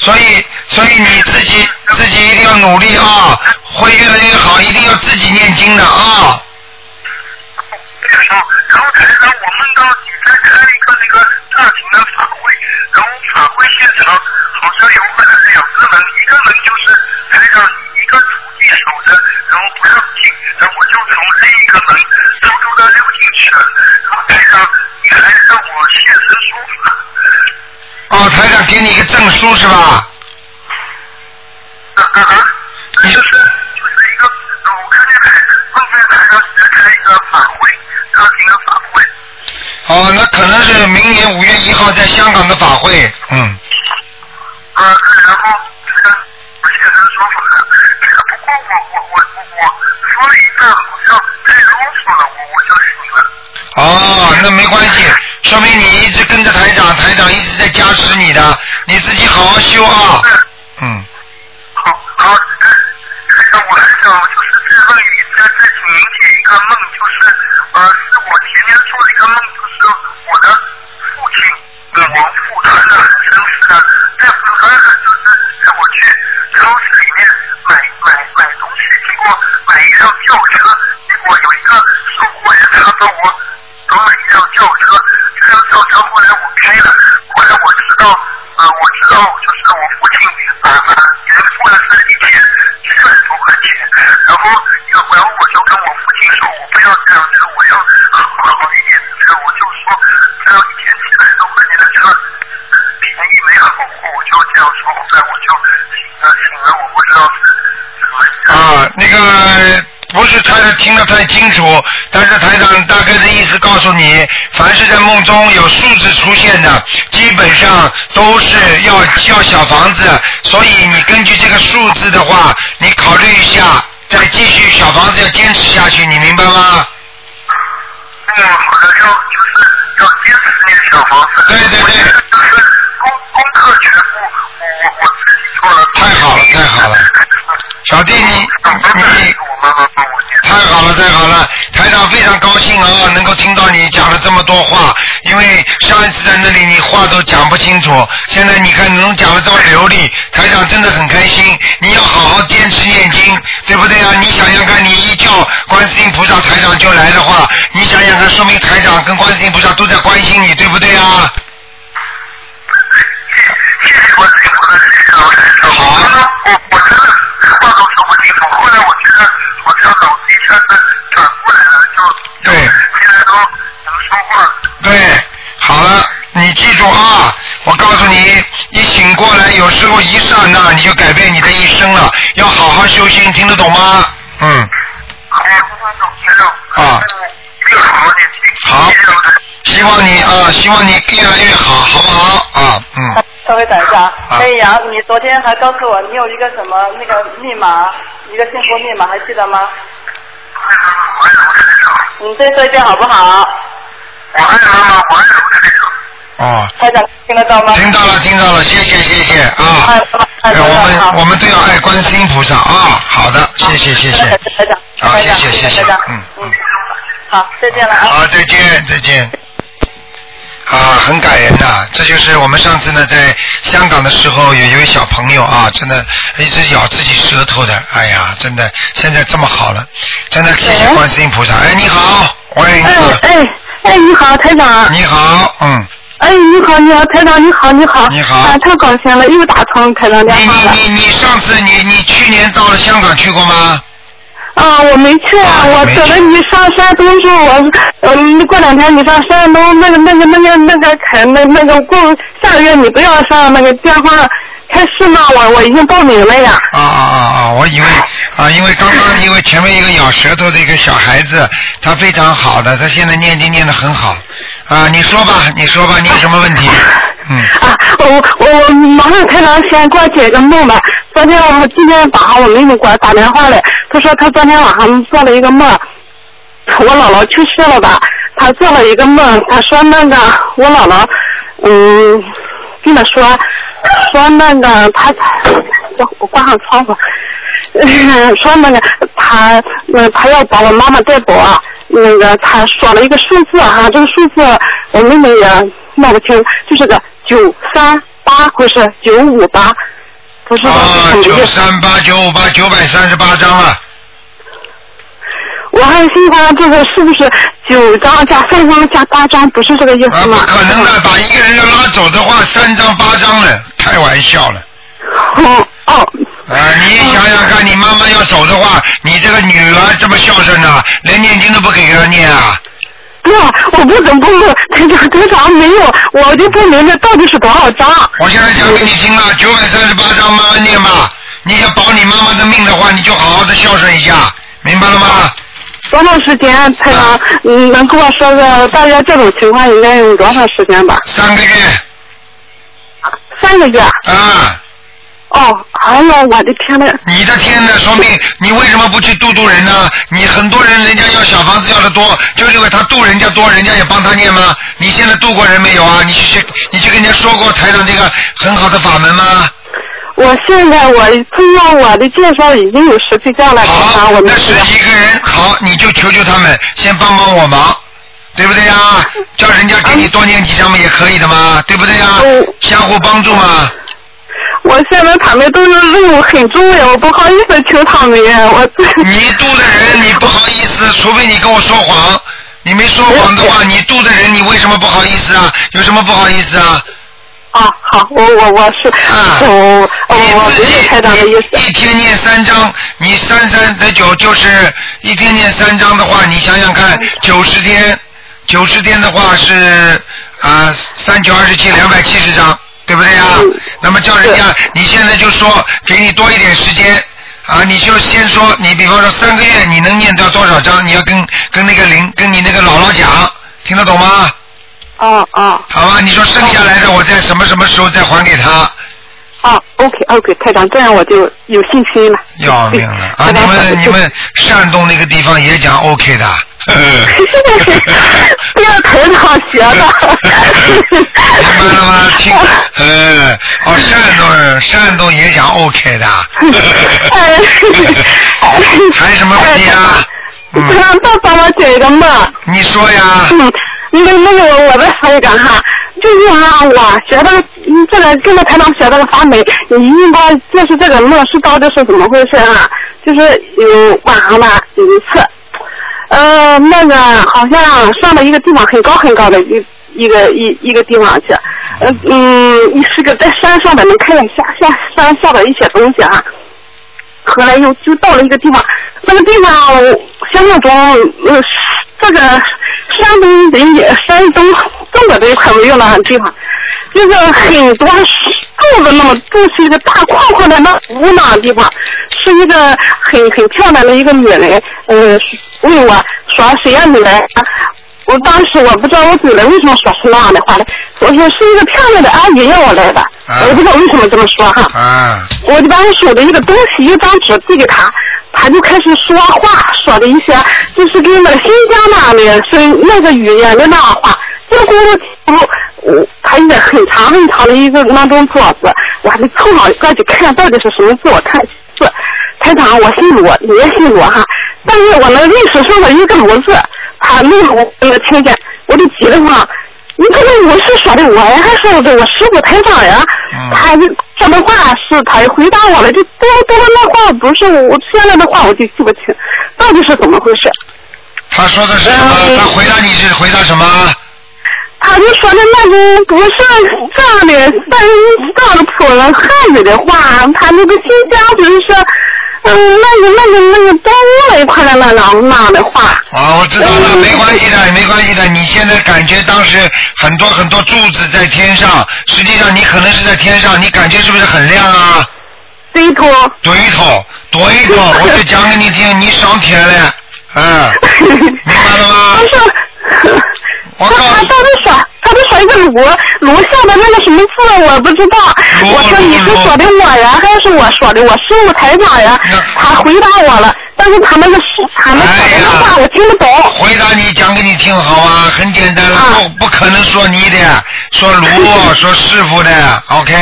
所以，所以你自己自己一定要努力啊，会越来越好，一定要自己念经的啊。对的时候，然后台长我梦到你在开一个那个大型的法会，然后法会现场好像有好像两个门，一个门就是台长一个徒弟守着，然后不让进，然后我就从另一个门偷偷的溜进去了，然后台长你还让我现身说法，哦，台长给你一个证书是吧？啊啊啊！可是就是一个，呃我看见台梦见台长你在开一个法会，大型的法会。哦，那可能是明年五月一号在香港的法会，嗯，呃，然后这个我现在说法了，这个不过我我我我我说了一半，好像太啰嗦了，我我就信了。哦，那没关系，说明你一直跟着台长，台长一直在加持你的，你自己好好修啊，嗯，好，好，呃台长，我还想就是再问你再再请您解一个梦，就是呃，是我前年做了一个梦，就是我的父亲给我复谈的很真实的，在复谈的就是在我去超市里面买买买东西，结果买一辆轿车，结果有一个售货员他说我得了一辆轿车，这辆轿车后来我开了，后来我知道呃，我知道就是我父亲呃呃原付的是一千七百多块钱，然后要然后我就跟我父亲说，我不要这辆车，我要好好一点的车，我就说这样一千七百多块钱的车便宜没好货，我就这样说，后来我就醒了醒了，我不知道是怎么一个啊，那个不是台长听得太清楚，但是台长大概的意思告诉你，凡是在梦中有数字出现的，基本上都是要要小房子，所以你根据这个数字的话，你考虑一下，再继续小房子要坚持下去，你明白吗？嗯，好的，要就是要坚持念小房子。对对对，就是功功课全部我我我自己做了。太好了太好了，小弟你你。我妈妈帮我念。太好了，太好了，台长非常高兴啊，能够听到你讲了这么多话，因为上一次在那里你话都讲不清楚，现在你看能讲的这么流利，台长真的很开心。你要好好坚持念经，对不对啊？你想想看，你一叫观世音菩萨台长就来的话，你想想看，说明台长跟观世音菩萨都在关心你，对不对啊？谢谢观世音菩萨，谢谢老师。好我我真的话都说不清楚，后来我觉得我这脑子一下子转过来了，就对现在都能说话了。对，哎好了，你记住啊！我告诉你，你醒过来，有时候一刹那你就改变你的一生了，要好好修心，听得懂吗？嗯，好，台长，啊，这个好好念经。好谢谢老师。希望你啊，希望你越来越好，好不好？啊，嗯，稍微等一下啊。啊哎呀，你昨天还告诉我你有一个什么那个密码，一个幸福密码，还记得吗？啊你再说一遍好不好？我爱妈妈，我爱我的队长。哦，台长听得到吗？听到了，听到了，谢谢，谢谢啊哎。哎哎我好们我们都要爱观世音菩萨啊！好的，谢谢，谢谢，台长，啊，台谢长，谢，谢谢台长，，嗯。嗯，好，再见了啊。好，再见，再见。啊，很感人呐、这就是我们上次呢，在香港的时候，有一位小朋友啊，真的一直咬自己舌头的，哎呀，真的，现在这么好了，真的谢谢观世音菩萨。哎，你好，喂，你好，哎哎，你好，台长。你好，嗯，哎，你好，你好，台长，你好，你好。你好啊，太高兴了，又打通台长你电话了。你你你上次你你去年到了香港去过吗？啊，我没去啊，啊我没去等着你上山东时候，我嗯，过两天你上山东那个那个那个那个开那那个过下个月你不要上那个电话开市嘛，我我已经报名了呀。啊啊啊啊！我以为啊，因为刚刚因为前面一个咬舌头的一个小孩子，他非常好的，他现在念经念得很好。啊，你说吧，你说吧，你有什么问题？嗯，啊，我我我马上开长先给我解个梦吧。昨天我今天晚上我妹妹给我打电话来，她说她昨天晚上做了一个梦，我姥姥去世了吧？她做了一个梦，她说那个我姥姥，嗯，跟她说说那个她，我我关上窗户， 嗯说那个她嗯她要把我妈妈带走啊。那个她说了一个数字啊哈、这个数字我妹妹也闹不清，就是个九三八或是九五八，不知道啊是，什么九意思。啊三八九五八九百三十八张了。我还有新房，这个是不是九张加三张加八张？不是这个意思吗？啊可能的，把一个人要拉走的话，三张八张了，开玩笑了。哦哦。啊，你想想看，你妈妈要走的话，你这个女儿这么孝顺呢、连念经都不给她念啊？对啊，我不懂，不懂，团长团长没有，我就不明白到底是多少张。我现在讲给你听了，九百三十八张，慢慢念吧。你想保你妈妈的命的话，你就好好的孝顺一下，明白了吗？多长时间，团啊长？嗯，能跟我说个大约这种情况应该有多长时间吧？三个月。三个月。啊。哦，哎呀，我的天呐！你的天呢，说明你为什么不去度度人呢？你很多人人家要小房子要的多，就是因为他度人家多，人家也帮他念吗？你现在度过人没有啊？你去你去跟人家说过台长这个很好的法门吗？我现在我通过我的介绍已经有十几家了，团长，我们那十几个人，好，你就求求他们先帮帮我忙，对不对呀？叫人家给你多念几张嘛，也可以的嘛，对不对呀？哦相互帮助嘛。我现在他们都是任务很重要，我不好意思求他们呀，我你度的人，你不好意思，除非你跟我说谎。你没说谎的话，你度的人，你为什么不好意思啊？有什么不好意思啊？啊，好，我我我是，我我我没有太大的意思。一天念三章，你三三得九就是一天念三章的话，你想想看，嗯九十天，九十天的话是啊三九二十七两百七十张，对不对呀、嗯那么叫人家，你现在就说给你多一点时间。啊，你就先说，你比方说三个月你能念掉多少章，你要跟跟那个邻跟你那个姥姥讲，听得懂吗？哦哦。好吧，你说剩下来的我在什么什么时候再还给他？啊，OK OK，台长，这样我就有信心了。要命了 啊！你们你们山东那个地方也讲 OK 的， 不要台长学的。 明白了吗？ 听，呃，哦，山东人山东也讲 OK 的，哎 还有什么问题啊？台长，再帮我解一个梦。你说呀。嗯，那那个我我再说一个哈，就是啊，我学的嗯这个跟着台长学这个法门，你应该就是这个梦是到底是怎么回事啊？就是有晚上吧，有一次，呃，那个好像上了一个地方很高很高的一一个一一个地方去，呃嗯，是个在山上的，能看见下下山下的一些东西啊。后来又就到了一个地方，那个地方我想象中，呃，这个山东人也山东中国这一块没有那样的地方，就是很多柱子那么，柱是一个大框框的那屋那样的地方，是一个很很漂亮的一个女人，呃，问我说谁呀、你来啊？我当时我不知道我女儿为什么说出那样的话来，我说是一个漂亮的阿姨让我来的，我不知道为什么这么说哈。啊，我就把我手的一个东西，一张纸递给他，他就开始说话，说的一些就是跟那个新疆那里是那个语言的那样话。结果我我嗯他一个很长很长的一个那种桌子，我还得凑上过去看到底是什么字，我看字。台长，我姓罗，你也姓罗哈，但是我能认识上的一个罗字，他那个我能听见，我就急得慌。你这个我是说的我呀，还是我的我师傅台长呀？他说的话是他回答我了，就多多的那话不是我现在的话，我就记不清，到底是怎么回事？他说的是什么？他回答你是回答什么？他就说的那种不是这样的，但是这样的普通汉语的话，他那个新疆就是说，嗯，那个那个那个东欧那一块的那那那的话，嗯啊，我知道了，没关系的，没关系的。你现在感觉当时很多很多柱子在天上，实际上你可能是在天上，你感觉是不是很亮啊？对头。对头，对 头，我就讲给你听，你上天了，嗯，明白了吗？他他到底说他就说一个卢卢下的那个什么字我不知道，我说你是说的我呀，还是我说的我师傅台长呀？他回答我了，但是他那个是他那说的那话啊我听不懂。回答你讲给你听好啊，很简单了，不不可能说你的，说卢， 说师傅的，OK。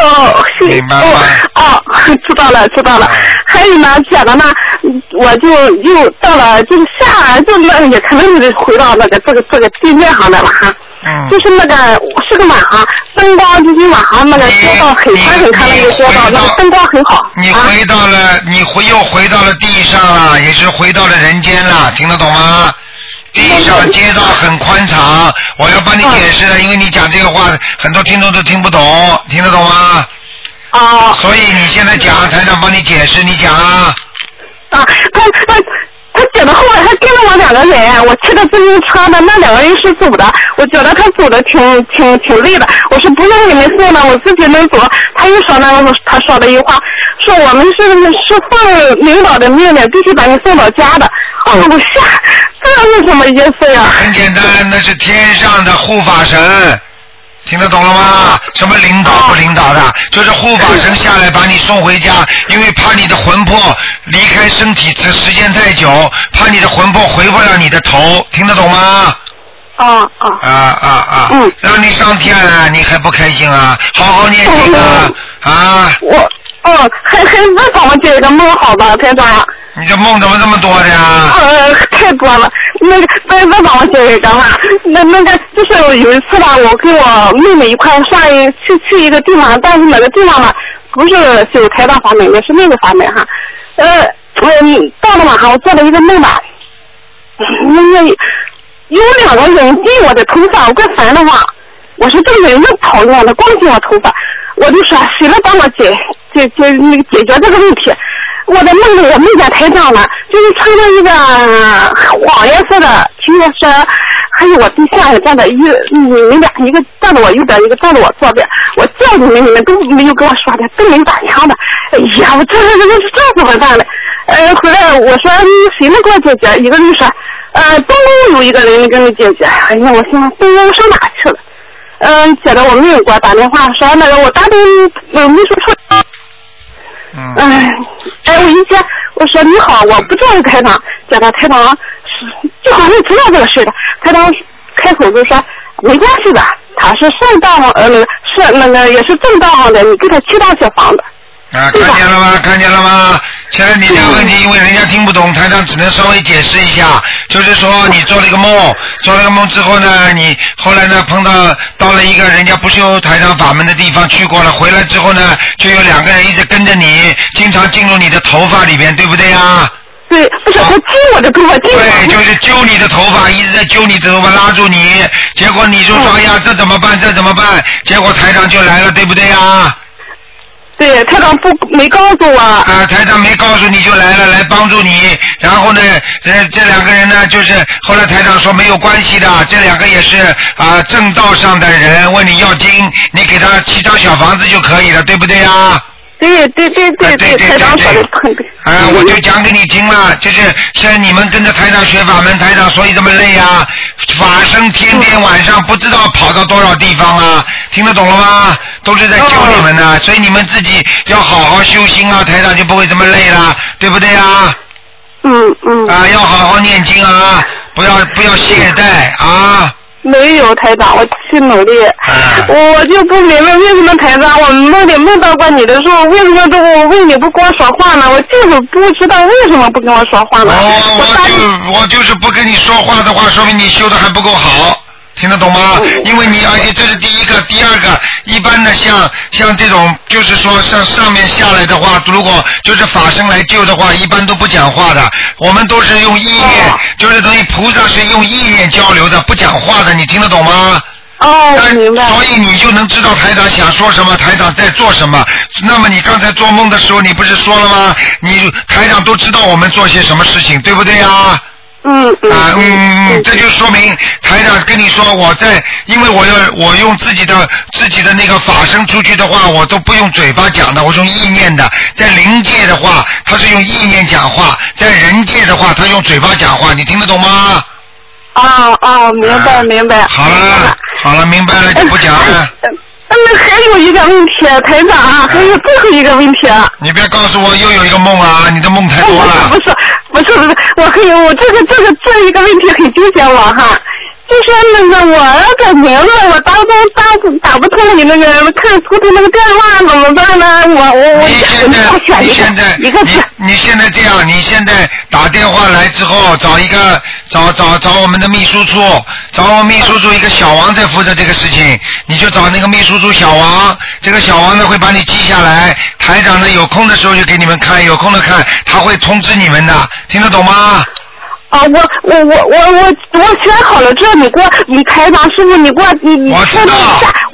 哦，明白吗？哦， 知道了，知道了。还有呢，姐的呢，我就又到了，就是下，就那也可能是回到那个这个这个地面上来了哈。嗯就是那个是个晚航，灯光就是晚航那个街道很宽很宽的一个街道，那个灯光很好。你回到了，你回又回到了地上了，也是回到了人间了，听得懂吗？地上街道很宽敞，我要帮你解释的，因为你讲这个话，很多听众都听不懂，听得懂吗？哦。所以你现在讲，台长帮你解释，你讲啊。啊，他他他觉得后来他跟了我两个人，我吃的自助餐的，那两个人是煮的，我觉得他煮的挺挺挺累的，我说不用你们送了，我自己能煮。他又说那个他说了一句话，说我们是是奉领导的命令，必须把你送到家的。哦，我吓，这是什么意思呀？很简单，那是天上的护法神，听得懂了吗？什么领导不领导的，就是护法神下来把你送回家，因为怕你的魂魄离开身体时时间太久，怕你的魂魄回不了你的头，听得懂吗？哦啊啊啊啊啊！嗯，让你上天了，你还不开心啊？好好念哎经 啊！啊！我哦，还还那怎么解这个梦好吧，台长？你这梦怎么这么多的呀？呃，太多了。那个，那那帮我解释干嘛？那那个就是有一次吧，我跟我妹妹一块儿上一去去一个地方，但是那个地方吧，不是修台大法门，也是那个法门哈。呃，嗯，到了晚上我做了一个梦吧，嗯那个有两个人进我的头发，我怪烦的慌。我说这个人那讨厌的，光进我头发，我就说谁来帮我解解解那个解决这个问题？我的梦里我梦见台长了，就是穿着一个呃黄颜色的 T 恤衫，还有哎我对象也站在一你们俩一个站在我右边，一个站在我左边。我叫你们，你们都没有跟我说的，都没打枪的。哎呀，我这这这这这怎么办呢？呃，回来我说嗯谁能给我解决？一个人说，呃，东宫有一个人给你解决。哎呀，我心想东宫上哪去了？嗯，姐的我妹给我打电话说那个我打给呃秘书处。嗯。哎，哎，我一接，我说你好，我不知道是台长，姐的台长是就好像知道这个事的，台长开口就说没关系的，他是上当了呃那个是那个也是正当行的，你给他七大小房子。啊，看见了吗？看见了吗？现在你这个问题，因为人家听不懂，台上只能稍微解释一下。就是说，你做了一个梦，做了个梦之后呢，你后来呢碰到到了一个人家不修台上法门的地方去过了，回来之后呢，就有两个人一直跟着你，经常进入你的头发里边，对不对呀？对，不是他揪我的头发，揪对，就是揪你的头发，一直在揪你的头发，拉住你，结果你就嗯说、哎呀，这怎么办？这怎么办？结果台长就来了，对不对啊呀？对，台长不没告诉我。啊，台长没告诉你就来了，来帮助你。然后呢，呃，这两个人呢，就是后来台长说没有关系的，这两个也是啊、正道上的人，问你要经，你给他七张小房子就可以了，对不对呀？对对对对啊对对对对，啊，我就讲给你听了，就是现在你们跟着台长学法门，台长所以这么累啊，法身天嗯天晚上不知道跑到多少地方啊，听得懂了吗？都是在救你们哦呢、所以你们自己要好好修心啊，台长就不会这么累了，对不对啊？嗯嗯。啊，要好好念经啊，不要不要懈怠啊。没有台长，我去努力。我就不明白为什么台长，我梦里梦到过你的时候，为什么都我问你不跟我说话呢？我就是不知道为什么不跟我说话呢？我就我就是不跟你说话的话，说明你修的还不够好，听得懂吗？因为你而且这是第一个，第二个，一般的像像这种就是说像上面下来的话，如果就是法身来救的话，一般都不讲话的，我们都是用意念，就是等于菩萨是用意念交流的，不讲话的，你听得懂吗？哦，明白。所以你就能知道台长想说什么，台长在做什么。那么你刚才做梦的时候，你不是说了吗？你台长都知道我们做些什么事情，对不对呀？嗯嗯啊嗯，这就说明台长跟你说我在，因为我要我用自己的自己的那个法声出去的话，我都不用嘴巴讲的，我是用意念的。在灵界的话，他是用意念讲话；在人界的话，他用嘴巴讲话。你听得懂吗？哦哦，明白明白。嗯哎好了好了，明白了就不讲了。哎那还有一个问题，台长啊，还有最后一个问题啊。哎你别告诉我又有一个梦啊！你的梦太多了。不是不是不是，我可以，我这个这个这一个问题很纠结我哈。就是那个我儿子名字，我当中打打不通你那个看不通那个电话怎么办呢？我我我现在你现在你你现在这样，你现在打电话来之后，找一个找找找我们的秘书处，找我们秘书处一个小王在负责这个事情，你就找那个秘书处小王，这个小王呢会把你记下来，台长呢有空的时候就给你们看，有空的看，他会通知你们的，听得懂吗？啊，我我我我我我选好了这，你给我，你台长师傅，你给我，你你我知道，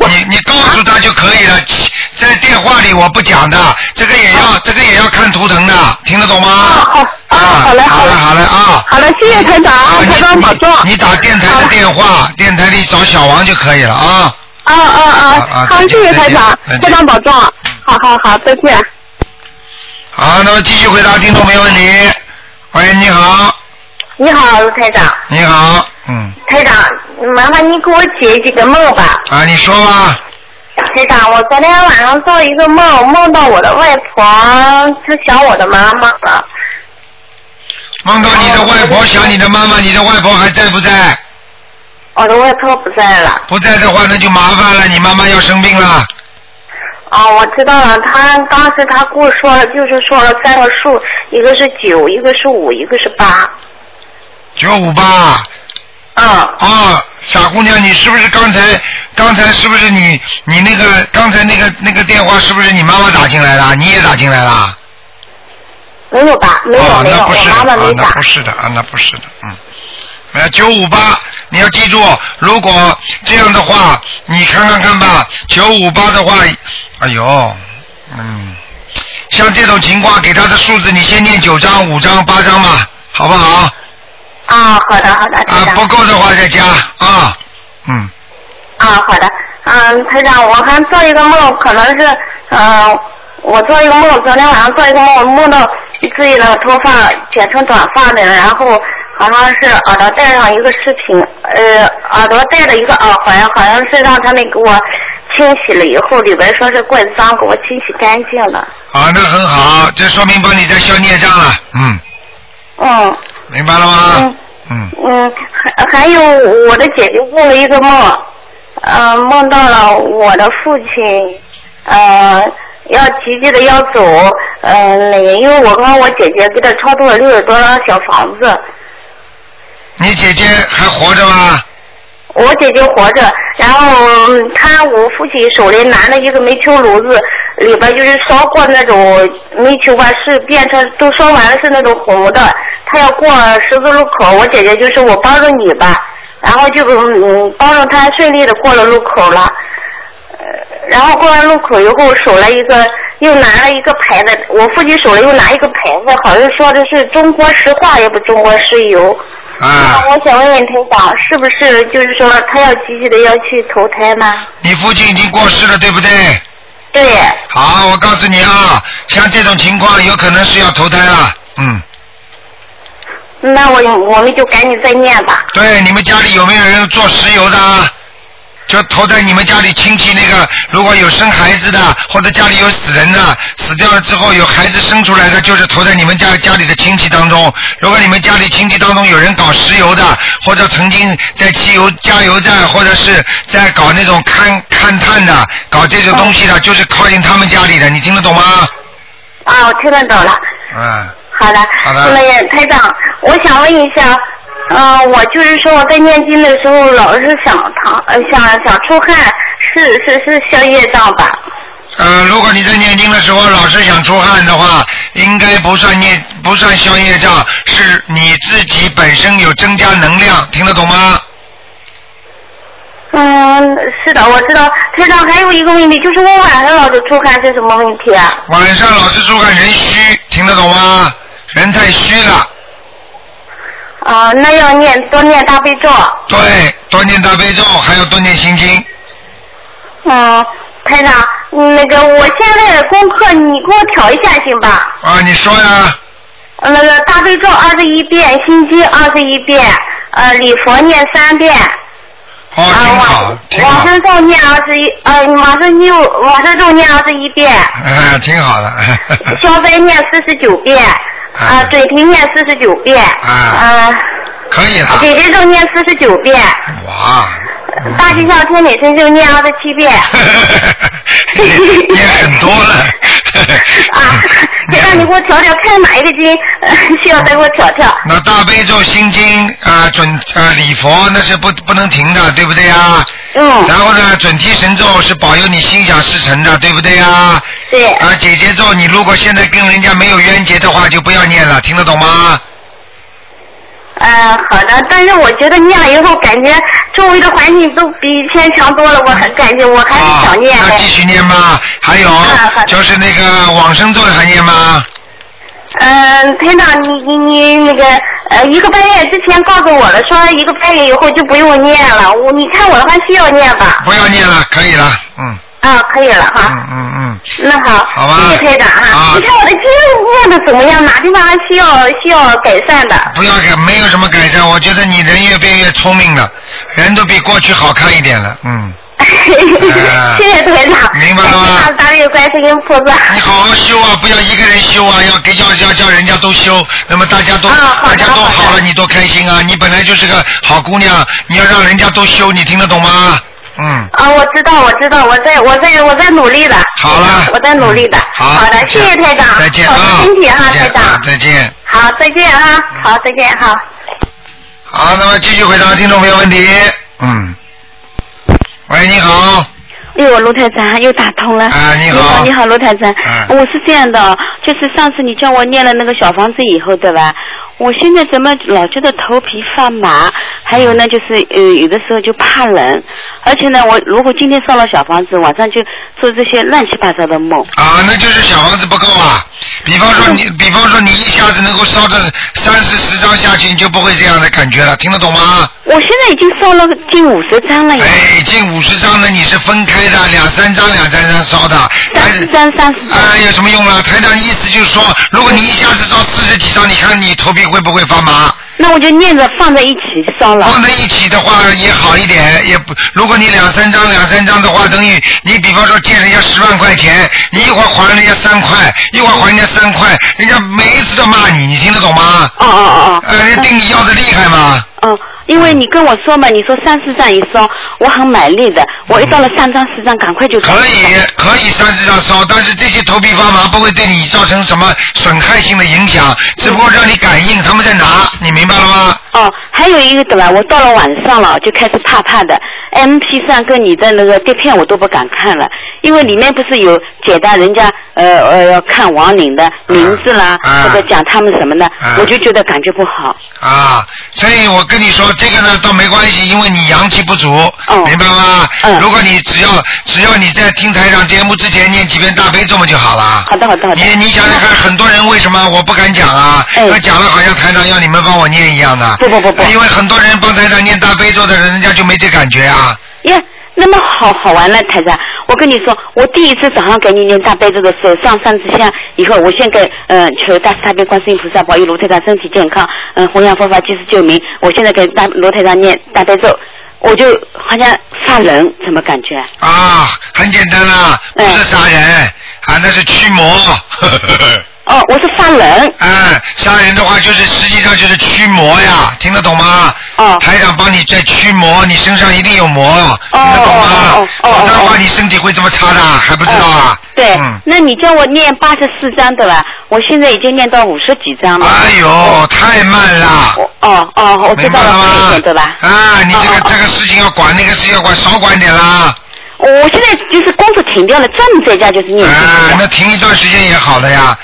你你告诉他就可以了，其在电话里我不讲的，这个也要这个也要看图腾的，听得懂吗？好啊，好嘞，好嘞，好嘞啊！好了，谢谢台长，台长保重。你打电台的电话，电台里找小王就可以了啊。啊啊啊啊！好，谢谢台长，台长保重。好好好，再见。好，那么继续回答听众没问题。喂，你好，你好，卢台长，你好，嗯，台长，麻烦你给我解几个梦吧。啊，你说吧，台长，我昨天晚上做一个梦，梦到我的外婆知晓我的妈妈了。梦到你的外哦婆想你的妈妈，你的外婆还在不在？哦我的外婆不在了。不在的话，那就麻烦了，你妈妈要生病了。啊，我知道了，她当时她跟我说了，就是说了三个数，一个是九，一个是五，一个是八。九五八。嗯。啊，傻姑娘，你是不是刚才刚才是不是你你那个刚才那个那个电话是不是你妈妈打进来的？你也打进来了？没有吧？没有、啊，没有，那不是我的妈妈啊没，那打。不是的啊，那不是的，嗯。呃，九五八，你要记住，如果这样的话，你看看看吧，九五八的话，哎呦，嗯，像这种情况，给他的数字，你先念九张、五张、八张吧，好不好？啊，好的好的，啊，不够的话再加啊，嗯，啊，好的。嗯，台长，我还做一个梦，可能是，嗯、我做一个梦，昨天晚上做一个梦，梦到自己的头发剪成短发的，然后好像是耳朵戴上一个饰品，呃，耳朵戴了一个耳环，好像是让他们给我清洗了以后，里边说是怪脏，给我清洗干净了。好，那很好，这说明帮你在消孽障了，嗯，嗯明白了吗？嗯，还还有我的姐姐做了一个梦，呃，梦到了我的父亲，呃，要急急的要走，呃，那个因为我跟我姐姐给他超度了六十多张小房子，你姐姐还活着吗？我姐姐活着，然后嗯她我父亲手里拿了一个煤球炉子，里边就是烧过那种煤球吧，是变成都烧完了是那种红的。他要过十字路口，我姐姐就说我帮着你吧，然后就嗯帮着他顺利的过了路口了。呃然后过完路口以后，手了一个，又拿了一个牌子，我父亲手里又拿一个牌子，好像说的是中国石化，也不中国石油。啊。我想问问台长，是不是就是说他要急急的要去投胎吗？你父亲已经过世了，对不对？对。好，我告诉你啊，像这种情况有可能是要投胎了。嗯，那我我们就赶紧再念吧。对，你们家里有没有人做石油的啊？就投在你们家里亲戚那个，如果有生孩子的，或者家里有死人的，死掉了之后有孩子生出来的，就是投在你们家家里的亲戚当中。如果你们家里亲戚当中有人搞石油的，或者曾经在汽油加油站，或者是在搞那种勘勘探的，搞这种东西的，就是靠近他们家里的，你听得懂吗？啊，我听得懂了。嗯，好的。好的那个台长，我想问一下，嗯、我就是说我在念经的时候老是想淌，呃，想想出汗，是是是消业障吧？呃，如果你在念经的时候老是想出汗的话，应该不算念，不算消业障，是你自己本身有增加能量，听得懂吗？嗯，是的，我知道。台长还有一个问题，就是我晚上老是出汗，是什么问题啊？晚上老是出汗，人虚，听得懂吗？人太虚了，啊、那要念多念大悲咒。对，多念大悲咒，还要多念心经。嗯，台长，嗯那个我现在的功课你给我调一下行吧？啊，你说呀，呃那个大悲咒二十一遍，心经二十一遍，呃，礼佛念三遍，哦，挺好，挺往好，生咒念二十一，呃，往生咒往生咒念二十一遍，哎，挺好的。哎呃消灾念四十九遍，啊、准提念四十九遍， 啊呃，可以了。姐姐咒念四十九遍，哇，Ah. 嗯大吉祥天女神咒念二十 七遍。啊 你很多了。姐，让你给我调调，看哪一个经呃 需要再给我调调。那大悲咒、心经啊、准啊、礼佛那是不不能停的，对不对啊？嗯。然后呢，准提神咒是保佑你心想事成的，对不对啊？对。啊，姐姐咒，你如果现在跟人家没有冤结的话，就不要念了，听得懂吗？嗯，好的。但是我觉得念了以后，感觉周围的环境都比以前强多了，我很感谢，我还是想念。啊啊那继续念吧。还有、就是那个往生咒还念吗？嗯，台长，你你你那个呃，一个半月之前告诉我了，说一个半月以后就不用念了。我你看我的话需要念吧？不要念了，可以了，嗯。啊，可以了哈。嗯嗯嗯。那好，好吧谢谢台长哈。啊你看我的经念的怎么样？哪地方还需要需要改善的？不要改，没有什么改善。我觉得你人越变越聪明了，人都比过去好看一点了， 嗯。哎谢谢台长。明白了吗？大慈大悲观世音菩萨。你好好修啊，不要一个人修啊，要给要要叫人家都修，那么大家啊都、大家都好了，你多开心啊！你本来就是个好姑娘，你要让人家都修，你听得懂吗？嗯，啊，我知道，我知道，我在我在我在努力的。好了，嗯我在努力的。好的，谢谢台长。再见保啊重身体哈，再见啊台长。再见。好，再见啊，好，再见哈。好，那么继续回答听众朋友问题。嗯，喂，你好，哎呦，卢台长又打通了。啊，你好啊你好，卢台长。我是这样的哦，就是上次你叫我念了那个小房子以后，对吧？我现在怎么老觉得头皮发麻？还有呢，就是呃，有的时候就怕冷，而且呢，我如果今天烧了小房子，晚上就做这些乱七八糟的梦。啊，那就是小房子不够啊。比方说你，比方说你一下子能够烧着三四十张下去，你就不会这样的感觉了，听得懂吗？我现在已经烧了近五十张了呀。哎，近五十张呢，你是分开的，两三张两三张烧的。三十张三十张。啊，有什么用啊？台长意思就是说，如果你一下子烧四十几张，你看你头皮会不会发麻？那我就念着放在一起烧了。放在一起的话也好一点，也不。如果你两三张两三张的话，等于你比方说借人家十万块钱，你一会儿还人家三块，一会儿还人家三块，人家每一次都骂你，你听得懂吗？哦哦哦。呃，人家对你要的厉害吗？嗯，因为你跟我说嘛，你说三四张一烧，我很买力的，我一到了三张四张，赶快就可可以啊可以三十张烧，但是这些头皮发麻不会对你造成什么损害性的影响，只不过让你感应他们在拿，你明白了吗？哦，还有一个对吧？我到了晚上了，就开始怕怕的。M P 三跟你的那个碟片我都不敢看了，因为里面不是有解答人家呃呃要看亡灵的名字啦，或者讲他们什么的，啊我就觉得感觉不好。啊，所以我跟你说这个呢倒没关系，因为你阳气不足，哦明白吗？嗯如果你只要只要你在听台上节目之前念几遍大悲咒嘛就好了。好的好的好的。你你想想看，很多人为什么我不敢讲啊？我讲了好像台长要你们帮我念一样的。不不不不因为很多人帮台长念大悲咒的人，人家就没这感觉啊。耶、那么好好玩了，台长。我跟你说，我第一次早上给你念大悲咒的时候，上三支香以后，我先给嗯、呃求大慈大悲观世音菩萨保佑卢台长身体健康，嗯、弘扬佛法及时救民。我现在给大卢台长念大悲咒，我就好像杀人，什么感觉？啊，很简单啦，不是杀人、啊，那是驱魔。哦，我是杀 人。哎，杀人的话就是实际上就是驱魔呀，听得懂吗？哦。台长帮你在驱魔，你身上一定有魔，听得懂吗？哦哦哦。的话你身体会这么差的，还不知道啊？对，那你叫我念八十四章对吧？我现在已经念到五十几章了。哎呦，太慢了。哦哦，我知道了，慢一点对吧？哦啊，你这个这个事情要管，那个事情要管，少管点啦。我现在就是工作停掉了，专门在家就是念经。啊，那停一段时间也好的呀。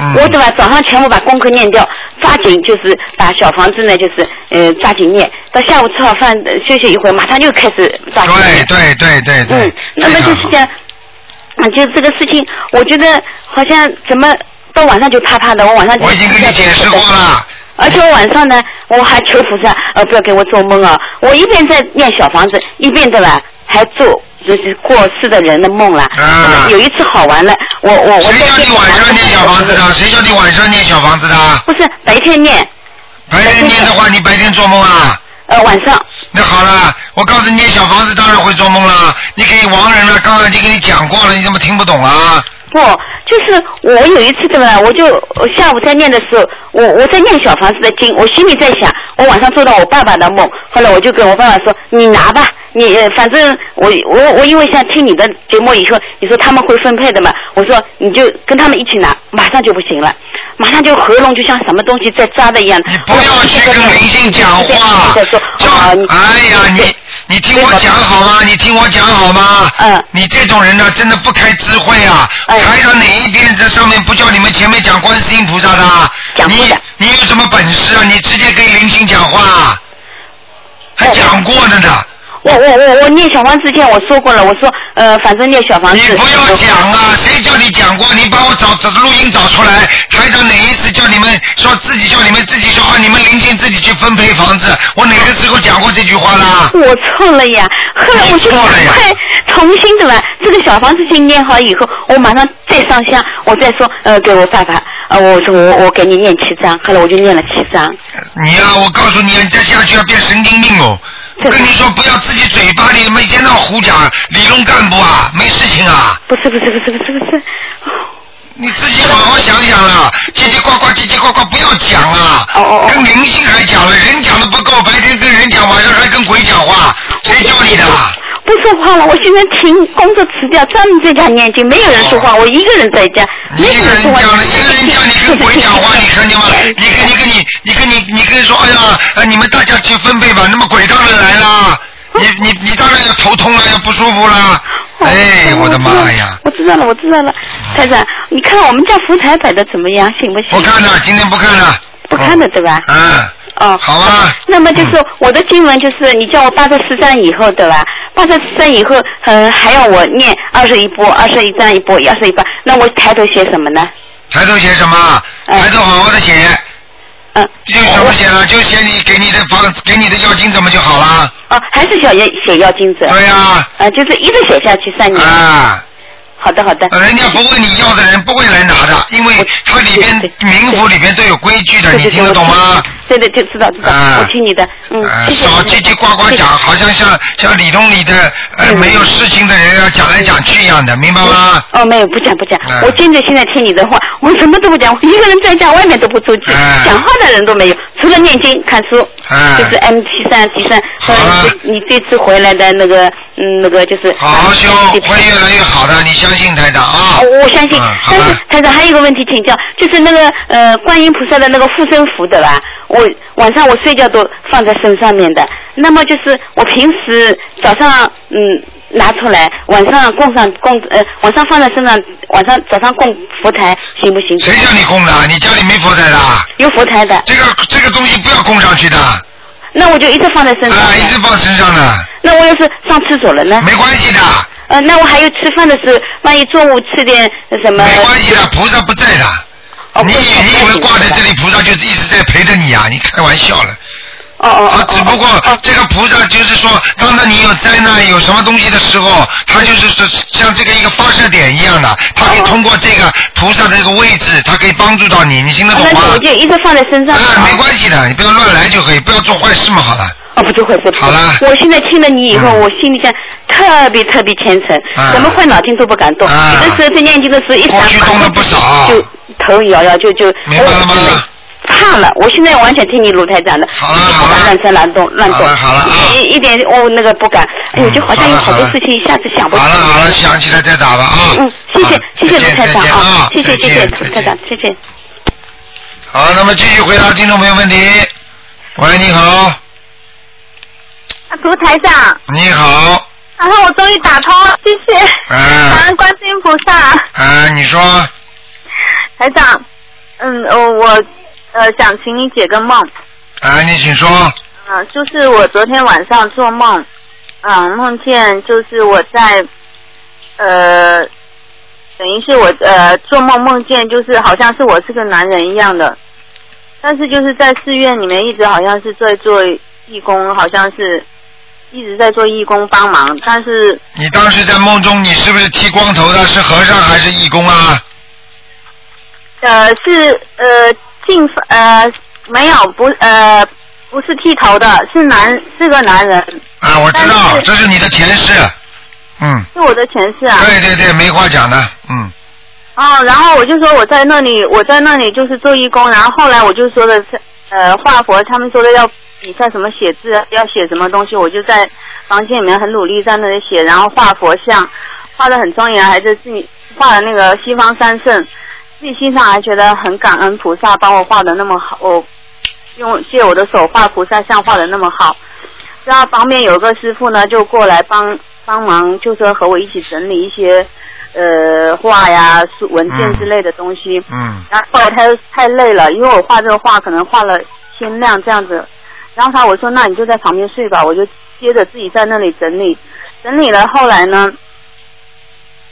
嗯，我对吧？早上全部把功课念掉，抓紧就是把小房子呢，就是呃抓紧念，到下午吃好饭、呃休息一会儿，马上就开始抓紧念。对对对对。哦嗯，那么就是讲，啊，就这个事情，我觉得好像怎么到晚上就怕怕的，我晚上就我已经跟你解释过了。而且我晚上呢，我还求菩萨，呃，不要给我做梦啊！我一边在念小房子，一边对吧，还做就是过世的人的梦啦。啊、有一次好玩了，我我我谁叫你晚上念小房子的？谁叫你晚上念小房子的？不是白天念，白天念的话，你白天做梦啊？呃，晚上。那好了，我告诉你，小房子当然会做梦了。你给亡人了，刚刚已经给你讲过了，你怎么听不懂啊？不，就是我有一次怎么了，我就我下午在念的时候，我我在念小房子的经，我心里在想，我晚上做到我爸爸的梦，后来我就跟我爸爸说，你拿吧，你呃反正我我我因为想听你的节目以后，你说他们会分配的嘛，我说你就跟他们一起拿，马上就不行了，马上就喉咙就像什么东西在抓的一样。你不要去跟灵性讲话在说啊，你哎呀，你你听我讲好吗？你听我讲好吗？嗯。你这种人呢、真的不开智慧啊！台上哪一边这上面不叫你们前面讲观世音菩萨的啊？你你有什么本事啊？你直接跟灵性讲话啊，还讲过了呢。我我我我念小房之前我说过了，我说呃，反正念小房子。你不要讲啊，谁叫你讲过？你把我找找录音找出来，台长哪一次叫你们说自己叫你们自己说啊？你们灵性自己去分配房子，我哪个时候讲过这句话啦？我错了呀，后来我就赶快重新的吧，这个小房子经念好以后，我马上再上香，我再说呃给我爸爸，呃我说我我给你念七张，后来我就念了七张。你哎呀、我告诉你，你再下去要变神经病哦！我跟你说，不要自己嘴巴里每天那胡讲，理论干部啊，没事情啊。不是不是不是不是不是。你自己好好想想啊，叽叽呱呱，叽叽呱呱，不要讲啊！哦哦跟明星还讲了，人讲的不够，白天跟人讲，晚上还跟鬼讲话，谁教你的？不说话了，我现在停工作辞掉，专门在家念经，没有人说话，哦我一个人在家，没有人说话。鬼讲 话，你看见吗？你跟你跟你你跟你你跟说，哎呀，呃你们大家去分配吧，那么鬼当然来啦，你你你当然要头痛了，要不舒服啦，哎，我的妈呀！啊我知道了，我知道了，台长，你看我们家福台摆的怎么样，行不行？不看了，今天不看了。不看了，对吧？嗯。哦，好啊。那么就是我的经文，就是你叫我八十四章以后，对吧？八十四章以后，呃，还要我念二十一波、二十一章一波、二十一波，那我抬头写什么呢？抬头写什么？抬头好好的写。嗯。就什么写呢？就写你给你的房，给你的要金怎么就好啦？哦，还是小要写要金子。呃对呀、啊。就是一直写下去三年。啊。好的，好的。人家不问你要的人不会来拿的，因为它里边民府里边都有规矩的，对你对对听得懂吗？对对，就知道知道，啊我听你的，嗯，呃谢谢。嗯少叽叽呱呱讲，好像像像理论里的呃没有事情的人要讲来讲去一样的，明白吗？哦，没有，不讲不讲嗯，我坚决现在听你的话，我什么都不讲，我一个人在家，外面都不出去，啊讲话的人都没有，除了念经、看书，嗯就是 M 七三七三。好你这次回来的那个，嗯，那个就是。好好修，会越来越好的，你相信台长啊。我我相信嗯，好但是了，台长还有一个问题请教，就是那个呃观音菩萨的那个护身符对吧？我晚上我睡觉都放在身上面的，那么就是我平时早上嗯拿出来，晚上供上供呃晚上放在身上，晚上早上供佛台行不行？谁叫你供的？你家里没佛台的？啊有佛台的。这个这个东西不要供上去的。那我就一直放在身上。啊，一直放身上的。那我要是上厕所了呢？没关系的。呃，那我还有吃饭的时候，万一中午吃点呃什么？没关系的，菩萨不在的。哦你以你以为挂在这里，菩萨就是一直在陪着你啊？你开玩笑了。哦哦他只不过这个菩萨就是说，当当你有灾难、有什么东西的时候，他就是说像这个一个发射点一样的，他可以通过这个菩萨的这个位置，他可以帮助到你。你听得懂啊那吗？我就一直放在身上。啊，没关系的，你不要乱来就可以，不要做坏事嘛，好了。啊，不做坏事。好了。我现在听了嗯你以后，我心里想特别特别虔诚，什么坏脑筋都不敢动。有的时候在念经的时候一想，动了不少，就头摇摇，就就哎明白了吗？怕了，我现在完全听你卢台长的，好了好了，乱三乱动乱动，好了一一点我那个不敢，哎呦，就好像有好多事情一下子想不起来。好了，想起来再打吧啊。嗯，谢谢谢谢卢台长啊，谢谢谢谢再见再卢台长，谢谢。好，那么继续回答听众朋友问题。喂，你好，啊卢台长，你好，然后我终于打通了，谢谢，嗯感恩观世音菩萨，啊，你说，台长，嗯，我我呃想请你解个梦，啊，你请说，嗯、就是我昨天晚上做梦，嗯、梦见就是我在呃，等于是我呃做梦梦见就是好像是我是个男人一样的，但是就是在寺院里面一直好像是在做义工，好像是一直在做义工帮忙，但是你当时在梦中，你是不是剃光头的？是和尚还是义工啊？呃，是呃进呃没有不呃不是剃头的，是男是个男人，啊，我知道，这是你的前世，嗯，是我的前世啊。对对对，没话讲的，嗯，哦，然后我就说我在那里，我在那里就是做义工，然后后来我就说的是，呃，画佛，他们说的要比赛什么写字，要写什么东西，我就在房间里面很努力在那里写，然后画佛像，画的很庄严，还是自己画的那个西方三圣，自己心上还觉得很感恩菩萨帮我画的那么好，我用借我的手画菩萨像画的那么好，然后旁边有个师傅呢就过来帮帮忙，就说和我一起整理一些。呃，画呀、书文件之类的东西，嗯然后后来他又太累了，因为我画这个画可能画了天亮这样子，然后他我说那你就在旁边睡吧，我就接着自己在那里整理，整理了后来呢，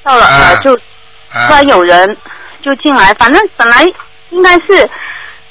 到了、呃就突然有嗯人就进来，反正本来应该是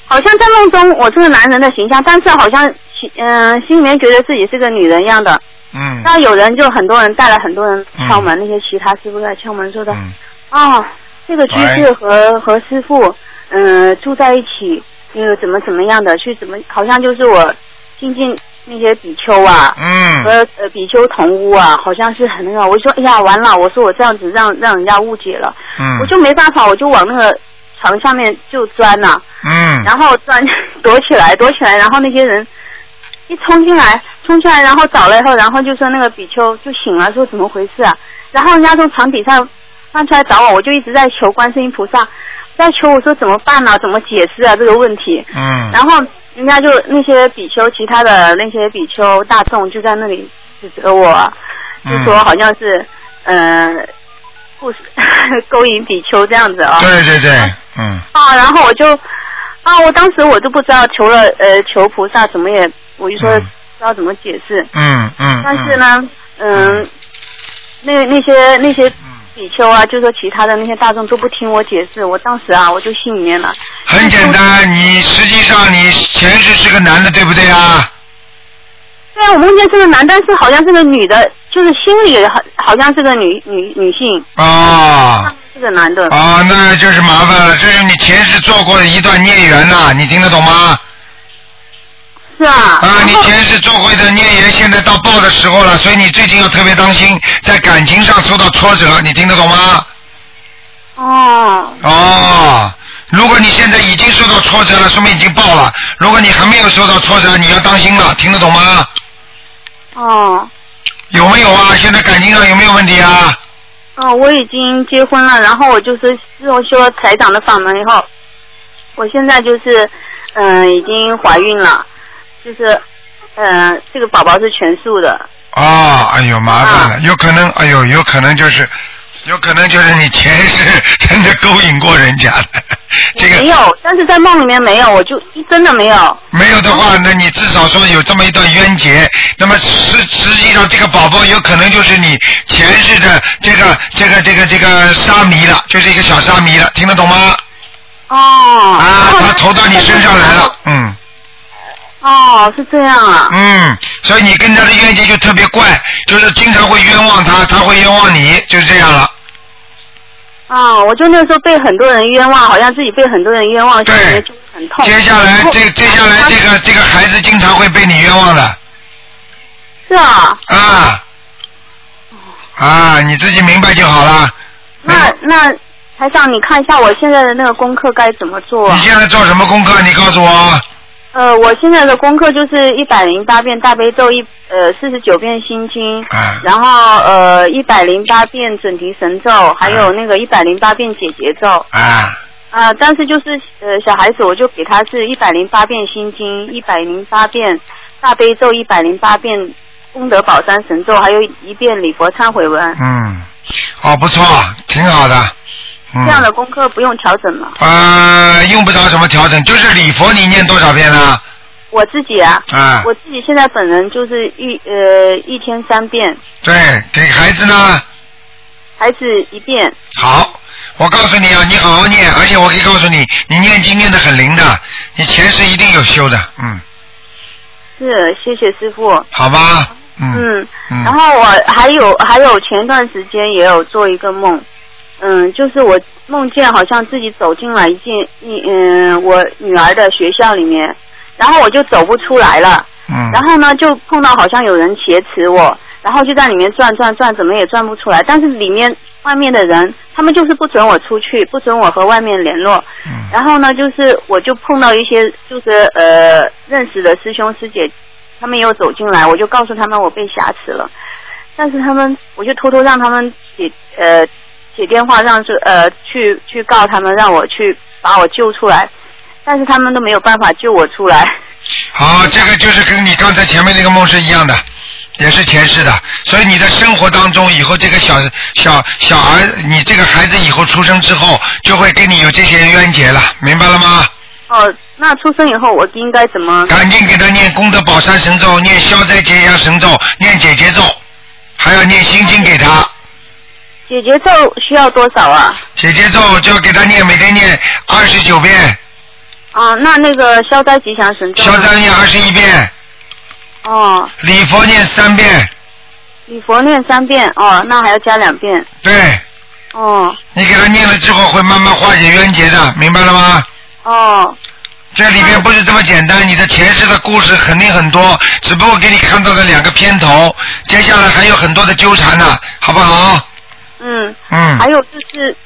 好像在梦中我是个男人的形象，但是好像心嗯、心里面觉得自己是个女人一样的，嗯那有人就很多人带了很多人敲门，那些其他师傅在敲门说的，嗯哦，这个居士和和师傅，嗯、住在一起，那个怎么怎么样的，去怎么，好像就是我亲近那些比丘啊，嗯和呃比丘同屋啊，好像是很那个，我就说哎呀完了，我说我这样子让让人家误解了，嗯我就没办法，我就往那个床下面就钻呐、嗯然后钻躲起来，躲起来，然后那些人一冲进来，冲进来，然后找了以后，然后就说那个比丘就醒了，说怎么回事啊？然后人家从床底下翻出来找我，我就一直在求观世音菩萨，在求我说怎么办呢、怎么解释啊这个问题？嗯然后人家就那些比丘，其他的那些比丘大众就在那里指责我，嗯就说好像是嗯、呃，不是 勾引比丘这样子啊、对对对，嗯啊，然后我就啊，我当时我就不知道求了呃求菩萨怎么也，我就说不知道怎么解释，嗯嗯，但是呢，嗯，那那些那些比丘啊，就说其他的那些大众都不听我解释，我当时啊我就心里面了，很简单，你实际上你前世是个男的，对不对啊？虽啊然我梦见是个男，但是好像是个女的，就是心里好好像是个女女女性，啊是个男的。啊，那就是麻烦了，这是你前世做过的一段孽缘呐、你听得懂吗？是啊。啊，你前世做过的孽缘，现在到报的时候了，所以你最近要特别当心，在感情上受到挫折，你听得懂吗？哦。哦，如果你现在已经受到挫折了，说明已经报了；如果你还没有受到挫折，你要当心了，听得懂吗？哦，有没有啊？现在感情上有没有问题啊？哦，我已经结婚了，然后我就是自从修了台长的法门以后，我现在就是嗯、已经怀孕了，就是嗯、这个宝宝是全素的。哦，哎呦，麻烦了，有可能，哎呦，有可能就是，有可能就是你前世 真的勾引过人家的，这个没有，但是在梦里面没有，我就真的没有。没有的话，那你至少说有这么一段冤结，那么实实际上这个宝宝有可能就是你前世的这个这个这个这个沙弥了，就是一个小沙弥了，听得懂吗？哦。啊，他投到你身上来了，嗯。哦，是这样啊。嗯，所以你跟他的冤结就特别怪，就是经常会冤枉他，他会冤枉你，就是这样了。啊、我就那时候被很多人冤枉，好像自己被很多人冤枉，心里面就很痛。接下来这接下来这个这个孩子经常会被你冤枉的是啊，啊啊，你自己明白就好了。那那台长，你看一下我现在的那个功课该怎么做、啊？你现在做什么功课？你告诉我。呃，我现在的功课就是一百零八遍大悲咒，一呃四十九遍心经，啊然后呃一百零八遍准提神咒，还有那个一百零八遍解结咒。啊啊、但是就是呃小孩子，我就给他是一百零八遍心经，一百零八遍大悲咒，一百零八遍功德宝山神咒，还有一遍礼佛忏悔文。嗯，哦，不错，挺好的。这样嗯，的功课不用调整吗？呃，用不着什么调整，就是礼佛你念多少遍呢？我自己啊，啊我自己现在本人就是一呃一天三遍，对，给孩子呢。孩子一遍。好，我告诉你啊，你好好念，而且我可以告诉你，你念经念的很灵的，你前世一定有修的，嗯，是，谢谢师傅。好吧，嗯嗯，嗯然后我还有还有前段时间也有做一个梦，嗯，就是我梦见好像自己走进了一件一嗯我女儿的学校里面，然后我就走不出来了，嗯然后呢就碰到好像有人挟持我，然后就在里面转转转，怎么也转不出来，但是里面外面的人，他们就是不准我出去，不准我和外面联络。然后呢，就是我就碰到一些就是呃认识的师兄师姐，他们又走进来，我就告诉他们我被挟持了，但是他们我就偷偷让他们解呃写电话让是呃去去告他们，让我去把我救出来，但是他们都没有办法救我出来。好，这个就是跟你刚才前面那个梦是一样的，也是前世的。所以你的生活当中，以后这个小小小儿，你这个孩子以后出生之后，就会跟你有这些冤结了，明白了吗？哦，那出生以后我应该怎么？赶紧给他念功德宝山神咒，念消灾解压神咒，念解结咒，还要念心经给他。姐姐咒需要多少啊？解结咒就要给他念，每天念二十九遍，啊，那那个消灾吉祥神咒呢。消灾念二十一遍，哦，礼佛念三遍。礼佛念三遍哦，那还要加两遍对哦你给他念了之后，会慢慢化解冤结的，明白了吗？哦这里面不是这么简单，你的前世的故事肯定很多，只不过给你看到了两个片头，接下来还有很多的纠缠呢、好不好？嗯嗯还有就是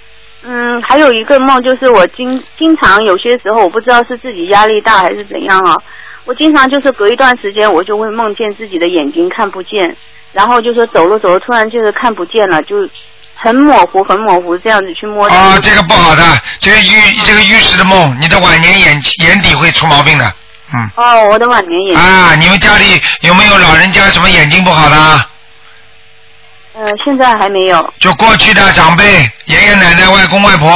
嗯，还有一个梦就是我经经常有些时候我不知道是自己压力大还是怎样啊，我经常就是隔一段时间我就会梦见自己的眼睛看不见，然后就说走路走路突然就是看不见了，就很模糊很模糊这样子去摸。啊，这个不好的，这个预这个预示的梦，你的晚年眼眼底会出毛病的。嗯哦，我的晚年眼睛。啊，你们家里有没有老人家什么眼睛不好的啊？呃，现在还没有。就过去的长辈、爷爷奶奶、外公外婆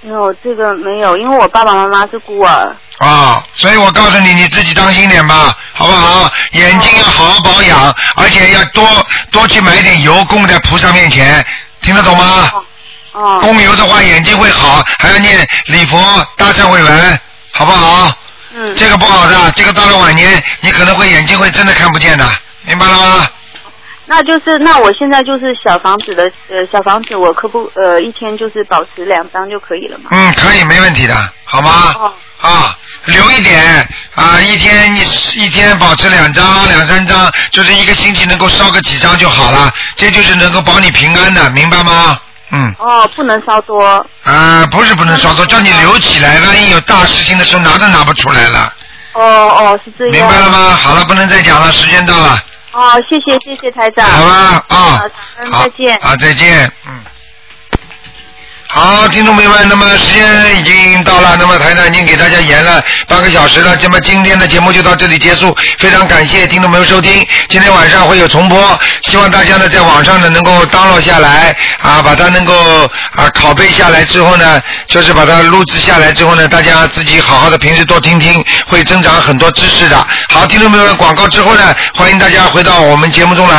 没有这个没有，因为我爸爸妈妈是孤儿。啊，所以我告诉你，你自己当心点吧，好不好？眼睛要好好保养，而且要多多去买一点油供在菩萨面前，听得懂吗？哦。供油的话，眼睛会好，还要念礼佛大忏悔文，好不好？嗯。这个不好的，这个到了晚年，你可能会眼睛会真的看不见的，明白了吗？那就是，那我现在就是小房子的，呃，小房子我可不，呃，一天就是保持两张就可以了嘛。嗯，可以，没问题的，好哦吗？啊，留一点啊，一天一一天保持两张、两三张，就是一个星期能够烧个几张就好了，这就是能够保你平安的，明白吗？嗯，哦，不能烧多。啊，不是不能烧多，叫你留起来，万一有大事情的时候拿都拿不出来了，哦哦，是这样。明白了吗？好了，不能再讲了，时间到了，哦，谢谢谢谢台长。好吧？啊，嗯，好再见。啊，再见。嗯。好，听众朋友们，那么时间已经到了，那么台长已经给大家延了半个小时了，那么今天的节目就到这里结束，非常感谢听众朋友收听，今天晚上会有重播，希望大家呢在网上呢能够 download 下来啊，把它能够啊拷贝下来之后呢，就是把它录制下来之后呢，大家自己好好的平时多听听，会增长很多知识的。好，听众朋友们，广告之后呢，欢迎大家回到我们节目中来。